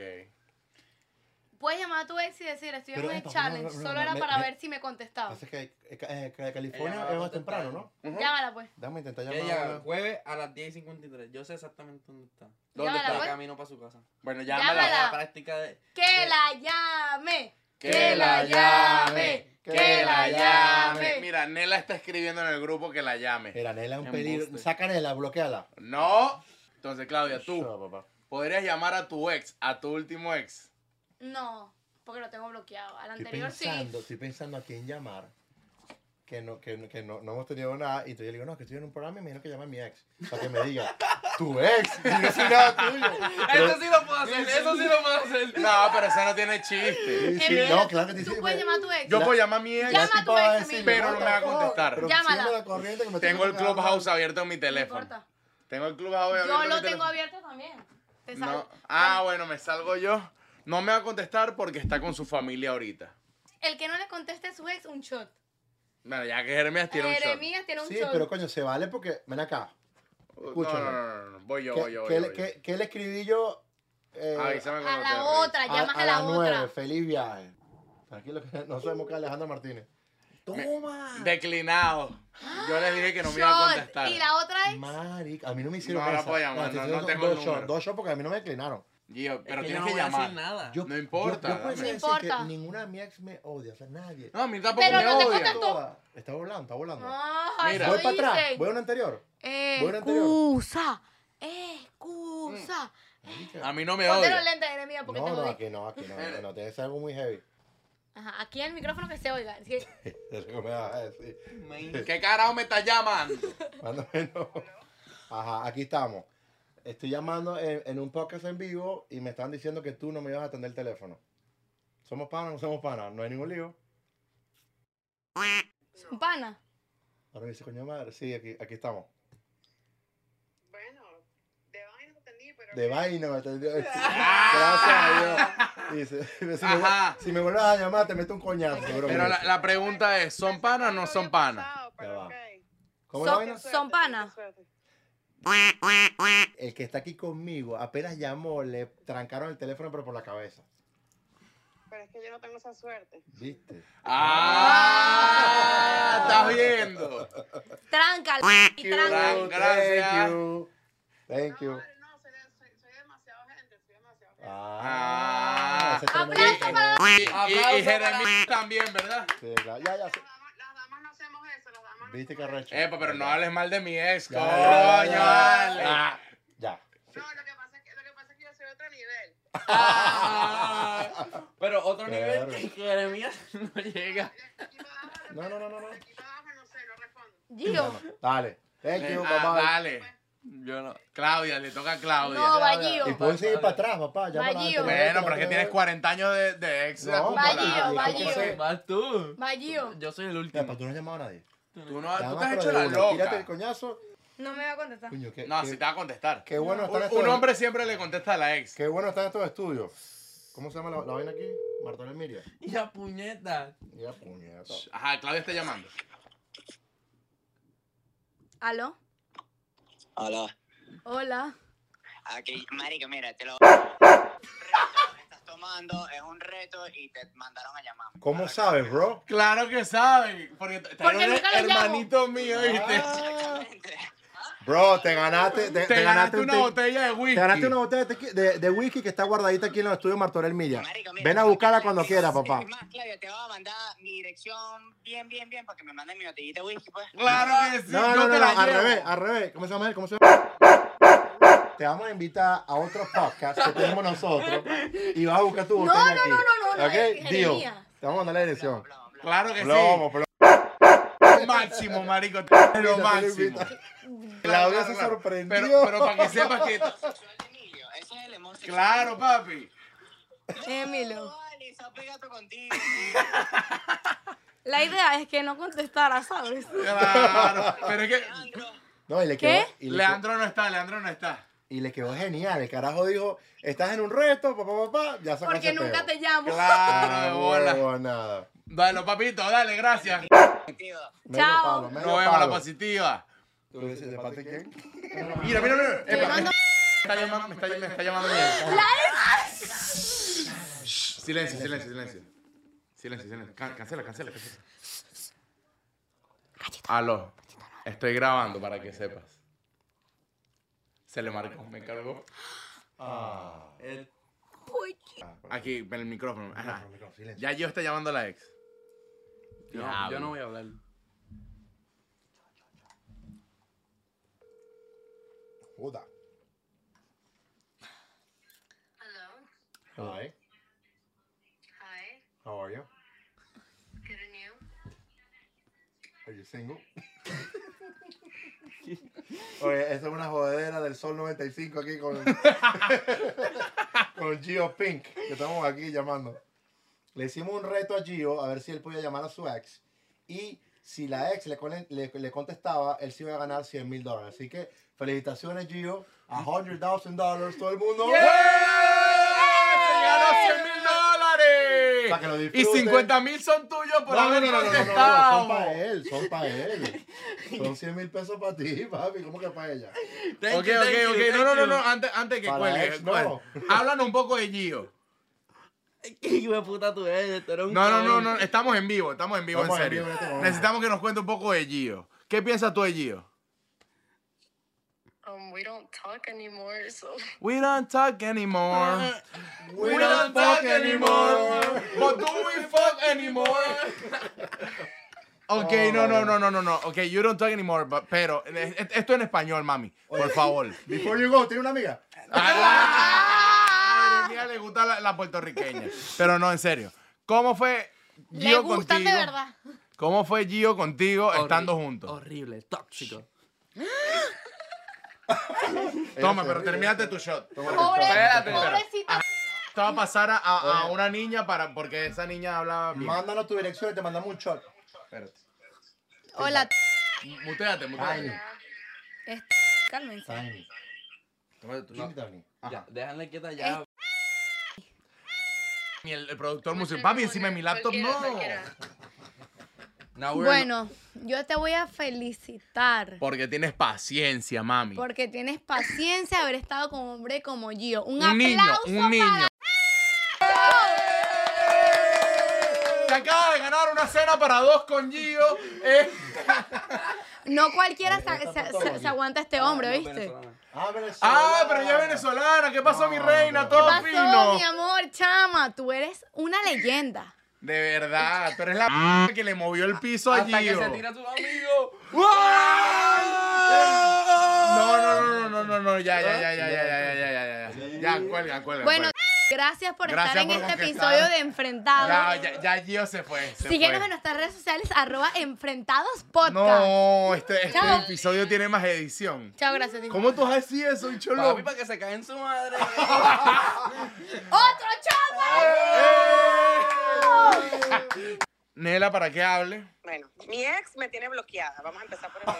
Puedes llamar a tu ex y decir, estoy en
Pero
un
esto,
ex challenge.
no, no, no,
Solo
no,
era
me-
para
me-
ver si me contestaba.
Entonces, que, eh, ca- eh, que
Ella me
California
va a
es más
contestar.
temprano, ¿no?
Ujú.
Llámala, pues.
Déjame intentar llamar.
Ella,
ahora.
jueves a las 10 y 53. Yo sé exactamente dónde está.
¿Dónde
Llámala,
Está de
güey.
está?
camino para su casa.
Bueno,
Llámala.
llámala.
La práctica de.
¡Que la llame!
Que la
llame!
que la
llame.
Mira, Nela está escribiendo en el grupo que la llame.
Era Nela es un
Embuste.
peligro. Saca Nela, bloqueala.
No. Entonces, Claudia, tú
Chao, papá.
podrías llamar a tu ex, a tu último ex.
No, porque lo tengo bloqueado. Al
Estoy
anterior sí.
pensando, estoy pensando a quién llamar. Que no, que, no- que no, no hemos tenido nada. Y entonces yo le digo, no, es que estoy en un programa y me dijeron que llame a mi ex. Para que me diga, tu ex. Y no soy nada tuyo. Pero-
Eso sí lo puedo hacer, eso sí lo puedo hacer.
No, pero eso no tiene chiste.
Sí, sí,
Jeremías,
no, claro que sí.
Tú
sí,
puedes
pero-
llamar a tu ex.
Yo puedo llamar a mi ex.
la
Llama a
tipa
tu
va
ex, amigo.
Pero no me va a contestar.
Pero
Llámala.
sígueme la corriente que me
Tengo el
estoy colgando.
Clubhouse abierto en mi
No
teléfono.
importa.
Tengo el Clubhouse abierto.
Yo
en mi
lo tengo
teléfono.
abierto también. Te sal-
No. Ah, bueno, me salgo yo. No me va a contestar porque está con su familia ahorita.
El que no le conteste a su ex, un shot.
Bueno, ya que Jeremías tiene un shot.
Jeremías tiene un
Sí,
shot.
pero coño, se vale porque. Ven acá.
No, no,
escúchame.
no, no, no. Voy yo,
¿Qué,
voy yo, voy
qué
yo,
le,
voy yo.
qué- qué le escribí yo? Eh,
Avísame
a
cuando te
la
arregles.
otra,
a-
llamas a,
a
la
las nueve.
otra.
Feliz viaje. Tranquilo, que no
Uh.
sabemos qué es Alejandro Martínez. ¡Toma!
Declinado. Yo les dije que no me iba a
Shot.
contestar.
Y la otra ex.
Marica, a mí no me hicieron
No, no
esa.
puedo llamar,
te
no,
hicieron
no
dos-
tengo el
dos shots,
número.
dos shots porque a mí no me declinaron.
Gio, pero
Es que
tienes
yo no
que
voy a
llamar.
decir nada.
Yo-
No importa,
Yo, yo
dame.
puedo decir
No
que
importa.
ninguna de mis ex me odia, o sea, nadie.
No, a mí tampoco
Pero
me
no te
odia.
contestó.
Toda. Está volando, está volando.
No,
Mira.
Ah, eso
Voy para atrás,
dicen.
voy a una anterior. Voy a una
Excusa. Excusa.
Mm.
Marica.
A mí no me
Ponte los
odia.
lentes, Jeremías, porque
No,
te
no,
jodí.
aquí no, aquí no, no, no, tiene que ser algo muy heavy.
Ajá, aquí en el micrófono que se oiga. Así que-
Eso que me vas a decir.
Me-
¿Qué carajo me estás llamando?
Mándame, no. Ajá, aquí estamos. Estoy llamando en, en un podcast en vivo y me están diciendo que tú no me ibas a atender el teléfono. ¿Somos panas no somos panas? No hay ningún lío.
Son pana.
Ahora me dice, coño madre, sí, aquí, aquí estamos.
Bueno, de vaina entendí, pero.
De vaina me atendió. Gracias este, a Dios. Dice, si me,
Ah. Ajá.
si me vuelves a llamar, te meto un coñazo. seguro que
Pero la,
dice.
la pregunta es, ¿son panas o no son panas?
Ya va.
Pero ok.
¿Cómo
so-
la vaina?
Suerte,
Son pana.
mucha suerte.
El que está aquí conmigo apenas llamó, le trancaron el teléfono, pero por la cabeza.
Pero es que yo no tengo esa suerte.
¿Viste?
¡Ah! ¿Estás viendo?
Tranca y tranca.
Thank gracias.
you. Thank you.
Madre, no, soy, de- soy, soy demasiado gente, soy demasiado gente.
Ah, ese tremendo
Aplauso
chiste.
Y, y, y
Aplauso para-
Jeremías también, ¿verdad?
Sí, claro. Ya, ya. sí.
Las damas, las damas no hacemos eso, las damas no
¿Viste qué arrecho?
Epa, pero no hables mal de mi ex,
Ya,
coño,
ya, ya, ya.
Ale.
Ah, ya.
No, lo que pasa es que, lo que, pasa es que yo soy de otro nivel.
Ah, pero otro nivel
Claro.
que Jeremías no llega.
Aquí me baja,
No, no, no, no, no.
Aquí me baja, no sé, no respondo.
Gio.
Dale. Thank you,
Ah,
papá.
dale.
Yo no.
Claudia, le toca a Claudia.
No, va Gio.
Y puedes seguir para
Vale.
atrás, papá. Ya
Va,
para adelante,
Gio.
para
Bueno,
adelante,
pero es que
para
tienes
atrás.
40 años de, de ex
No,
acumulada.
Gio, va,
¿cómo
Gio.
se-
Vas tú.
Va Gio.
Yo soy el
Ya,
último.
pero tú no has llamado a nadie.
Tú no
Llama,
Ah, tú te has
pero
hecho
de
la
una. Tírate el
loca.
coñazo.
No me va a contestar.
Coño, qué,
No,
qué-
si te va a contestar.
qué bueno están
Un,
estos.
un hombre siempre le contesta a la ex.
Qué bueno están estos estudios. ¿Cómo se llama la, la vaina aquí? Marta del Miria.
Y la puñeta.
Ya, puñeta.
Ajá, Claudia está llamando.
¿Aló?
Aló.
Hola.
Aquí, marico, mira, te lo... reto que estás tomando es un reto y te mandaron a llamar.
¿Cómo sabes, bro?
Claro que saben, porque t-
Porque
traen un
nunca lo llamo.
hermanito mío, ¿viste?
Exactamente.
Bro, te ganaste. Te,
Te ganaste una
botella.
botella de whisky.
Te ganaste una botella de, tequi- de- de whisky que está guardadita aquí en los estudios Martorell Milla.
Marico, mira,
Ven a
es
buscarla
más,
cuando
es-
quieras,
es
papá.
más, Claudia, te voy a mandar mi dirección bien, bien, bien para que me manden mi botellita de whisky, pues.
Claro que sí,
No,
yo
no, no,
te
no,
la
al
llevo.
revés, al revés. ¿Cómo se llama él? ¿Cómo se llama? Te vamos a invitar a otro podcast que tenemos nosotros y vas a buscar tu botella
no,
aquí.
no, no, no,
¿Ok?
es
Deal.
Jeremías.
Te vamos a mandar la dirección.
Bla, bla, bla.
Claro que
Plomo, plomo.
sí. Lo máximo, marico. Lo
Mira, te
máximo.
invita. Claudia se
Claro, claro.
sorprendió.
Pero, pero para que sepas que.
Sexual de Emilio, ese es el amor sexual.
Claro, papi.
Emilio.
Vale, se ha pegado contigo.
La idea es que no contestara, ¿sabes?
Claro. Pero es que.
Alejandro,
No, y le quedó,
¿Qué?
Y le, quedó,
Leandro no está, Leandro no está.
y le quedó genial. El carajo dijo, estás en un reto, papá, papá, ya sacó
Porque
ese
nunca
peo. Ah,
te llamo.
Claro, Ah, de bola.
huevo, nada.
Dale, papito, dale, gracias.
contigo.
Menos
Chao.
palo, menos
Nos vemos la
palo.
positiva.
¿Tú dices, ¿de parte de quién?
Mira, mira, mira. Epa,
Te mando-
me está llamando, me está, me está llamando bien. Silencio, silencio, silencio. Silencio, silencio. Can- cancela, cancela, cancela. Aló. Estoy grabando para que sepas. Se le marcó, me cargó.
El-
Uy,
Aquí, en el micrófono. Ajá.
Silencio.
Ya yo estoy llamando a la ex.
Yo, no,
Diablo.
yo no voy a hablar.
Joda.
Hello.
Hi,
Hi.
how are you?
Good and you?
Are you single? Oye, esa es una jodedera del Sol 95 aquí con, con Gio Pink, que estamos aquí llamando. Le hicimos un reto a Gio a ver si él podía llamar a su ex. Y si la ex le, con- le- le contestaba, él se iba a ganar 100 mil dólares. Así que felicitaciones, Gio. A $100,000, dólares, todo el mundo.
¡Yeah! ¡Se ganó 100 mil dólares!
Para que lo
y
disfruten.
50 mil son tuyos por
No, no,
haber
no, no, no, no, no, eh.
contestado.
son para él, son para él. Son 100 mil pesos para ti, papi, ¿cómo que para ella?
Thank
ok,
you,
ok,
thank you,
ok.
thank
No, no, no,
you.
no. Antes, antes que
Para
cuelgue.
ex, no.
cuelgue. Háblanos un poco de Gio.
Hijo de puta tú eres, tú eres un
No, no, no,
cabrón.
no. Estamos en vivo, estamos en vivo,
Estamos
en
en
serio.
vivo en este momento.
Necesitamos que nos cuente un poco de Gio. ¿Qué piensas tú de Gio?
Um, we don't talk anymore, so.
We don't talk anymore.
We
But do we fuck anymore? Ok, no, no, no, no, no, no. Ok, you don't talk anymore, but- pero eh, eh, esto en español, mami, por favor.
Before you go, ¿tiene una amiga?
A la ironía le gusta la, la puertorriqueña. Pero no, en serio. ¿Cómo fue Gio
Le gustan
contigo?
de verdad.
¿Cómo fue Gio contigo
Horri-
estando juntos?
Horrible, tóxico.
Toma,
Ese,
pero
ese.
terminaste tu shot.
Toma,
Pobre,
Espérate, espérate. Ah.
pobrecita.
Esto va a pasar a, a- a
Oye.
una niña para, porque esa niña hablaba bien.
Mándanos tu dirección y te mandamos un shot.
Espérate.
Hola.
Muteate,
Tiny.
muteate.
Es- Cálmense.
Tiny.
Tómate tu
Jimmy
shot.
Tiny.
Ya, déjale quieta ya.
Y el, el productor musical. Papi, encima de mi laptop, no. Ah,
Now we're-
Bueno, yo te voy a felicitar.
Porque tienes paciencia, mami.
Porque tienes paciencia de haber estado con un hombre como Gio. Un,
Un niño,
aplauso
un niño. Se acaba de ganar una cena para dos con Gio. eh.
No cualquiera se, se- se- se aguanta a este hombre,
No,
¿viste?
venezolana.
Ah, Venezuela.
Ah, pero ella es venezolana. ¿Qué pasó, mi
No,
reina?
no.
Todo
Pasó,
fino.
mi amor, chama, tú eres una leyenda.
De verdad, tú eres la que le movió el piso a
Hasta que
Gio.
se tira tu amigo.
No, no, no, no, no, no, no, ya, ya, ya, ya, ya, ya, ya, ya, ya, ya. Ya, cuelga, cuelga.
Bueno,
cuelga.
gracias por
pues, Gracias
estar en
por
este
contestar.
episodio de Enfrentados.
ya, ya, ya, Gio se fue. se
Síguenos
fue.
en nuestras redes sociales, arroba Enfrentados Podcast.
No, este, este
Chao.
episodio tiene más edición.
Chao, gracias. Tim.
¿Cómo tú vas a decir eso, un cholo?
Papi, para que se cae en su madre.
¡Otro chavo!
¡Eh! Nela, ¿para qué hable?
Bueno, mi ex me tiene bloqueada. Vamos a empezar por el
Ay,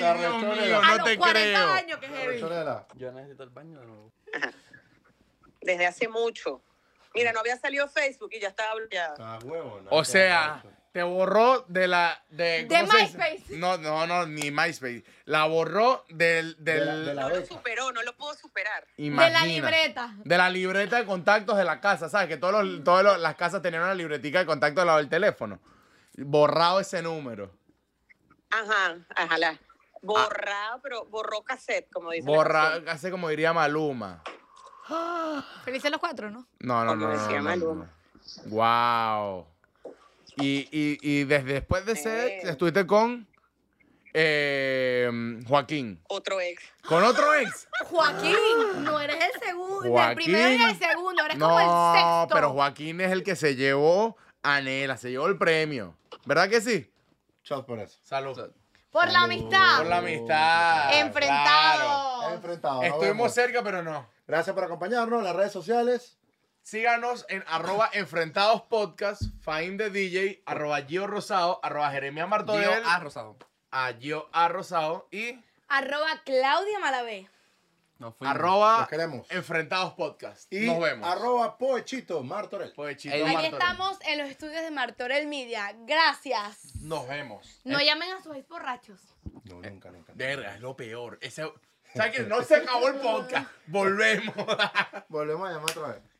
Te
Dios
arrechó,
mío,
Nela.
A
no
los
te
40
creo.
Ah, años, que heavy.
Chorela.
Yo necesito el baño de nuevo.
Desde hace mucho. Mira, no había salido Facebook y ya estaba bloqueada.
Ah, huevo, no,
O
qué
sea,
arrecho.
te borró de la. De,
De
¿cómo se dice?
MySpace.
No, no, no, ni MySpace. La borró del. del
De la- de la-
No lo
beca.
superó, no lo pudo superar.
De la
imagina.
libreta.
De la libreta de contactos de la casa, ¿sabes? Que todas los- todas los- las casas tenían una libretica de contacto al lado del teléfono. Borrado ese número.
Ajá,
Ah.
ajala. Borrado, pero borró cassette, como dice. la
Borra,
canción.
hace como diría Maluma.
Felices los cuatro, ¿no?
No, no,
Como
no. no,
decía
no,
Maluma.
Wow. Y, y, y desde después de ese ex,
Eh.
estuviste con eh, Joaquín.
Otro ex.
¿Con otro ex?
Joaquín, no eres el segundo, el
Joaquín.
primero y el segundo, ahora es como el
No,
sexto.
pero Joaquín es el que se llevó a Nela, se llevó el premio. ¿Verdad que sí?
Shot por eso.
Salud.
Por la amistad.
Por la amistad.
Ah. Enfrentado.
Enfrentado.
claro.
nos
Estuvimos
vemos.
cerca, pero no.
Gracias por acompañarnos. Las redes sociales.
Síganos en arroba enfrentados podcast, find the DJ, arroba Gio Rosado, arroba Jeremia Martorell,
Gio A. Rosado.
a Gio A. Rosado y
Arroba Claudia Malabé.
Nos fuimos.
arroba
Los queremos.
enfrentados podcast.
Y
Ah, Nos vemos.
Arroba Poechito Martorell.
Pues, chicos,
Ahí
Aquí
Martorell.
estamos en los estudios de Martorell Media. Gracias.
Nos vemos.
No llamen a sus ex borrachos.
No, nunca, nunca.
Verga, es lo peor. Ese... ¿Sabes que No se acabó el podcast. Volvemos.
Volvemos a llamar otra vez.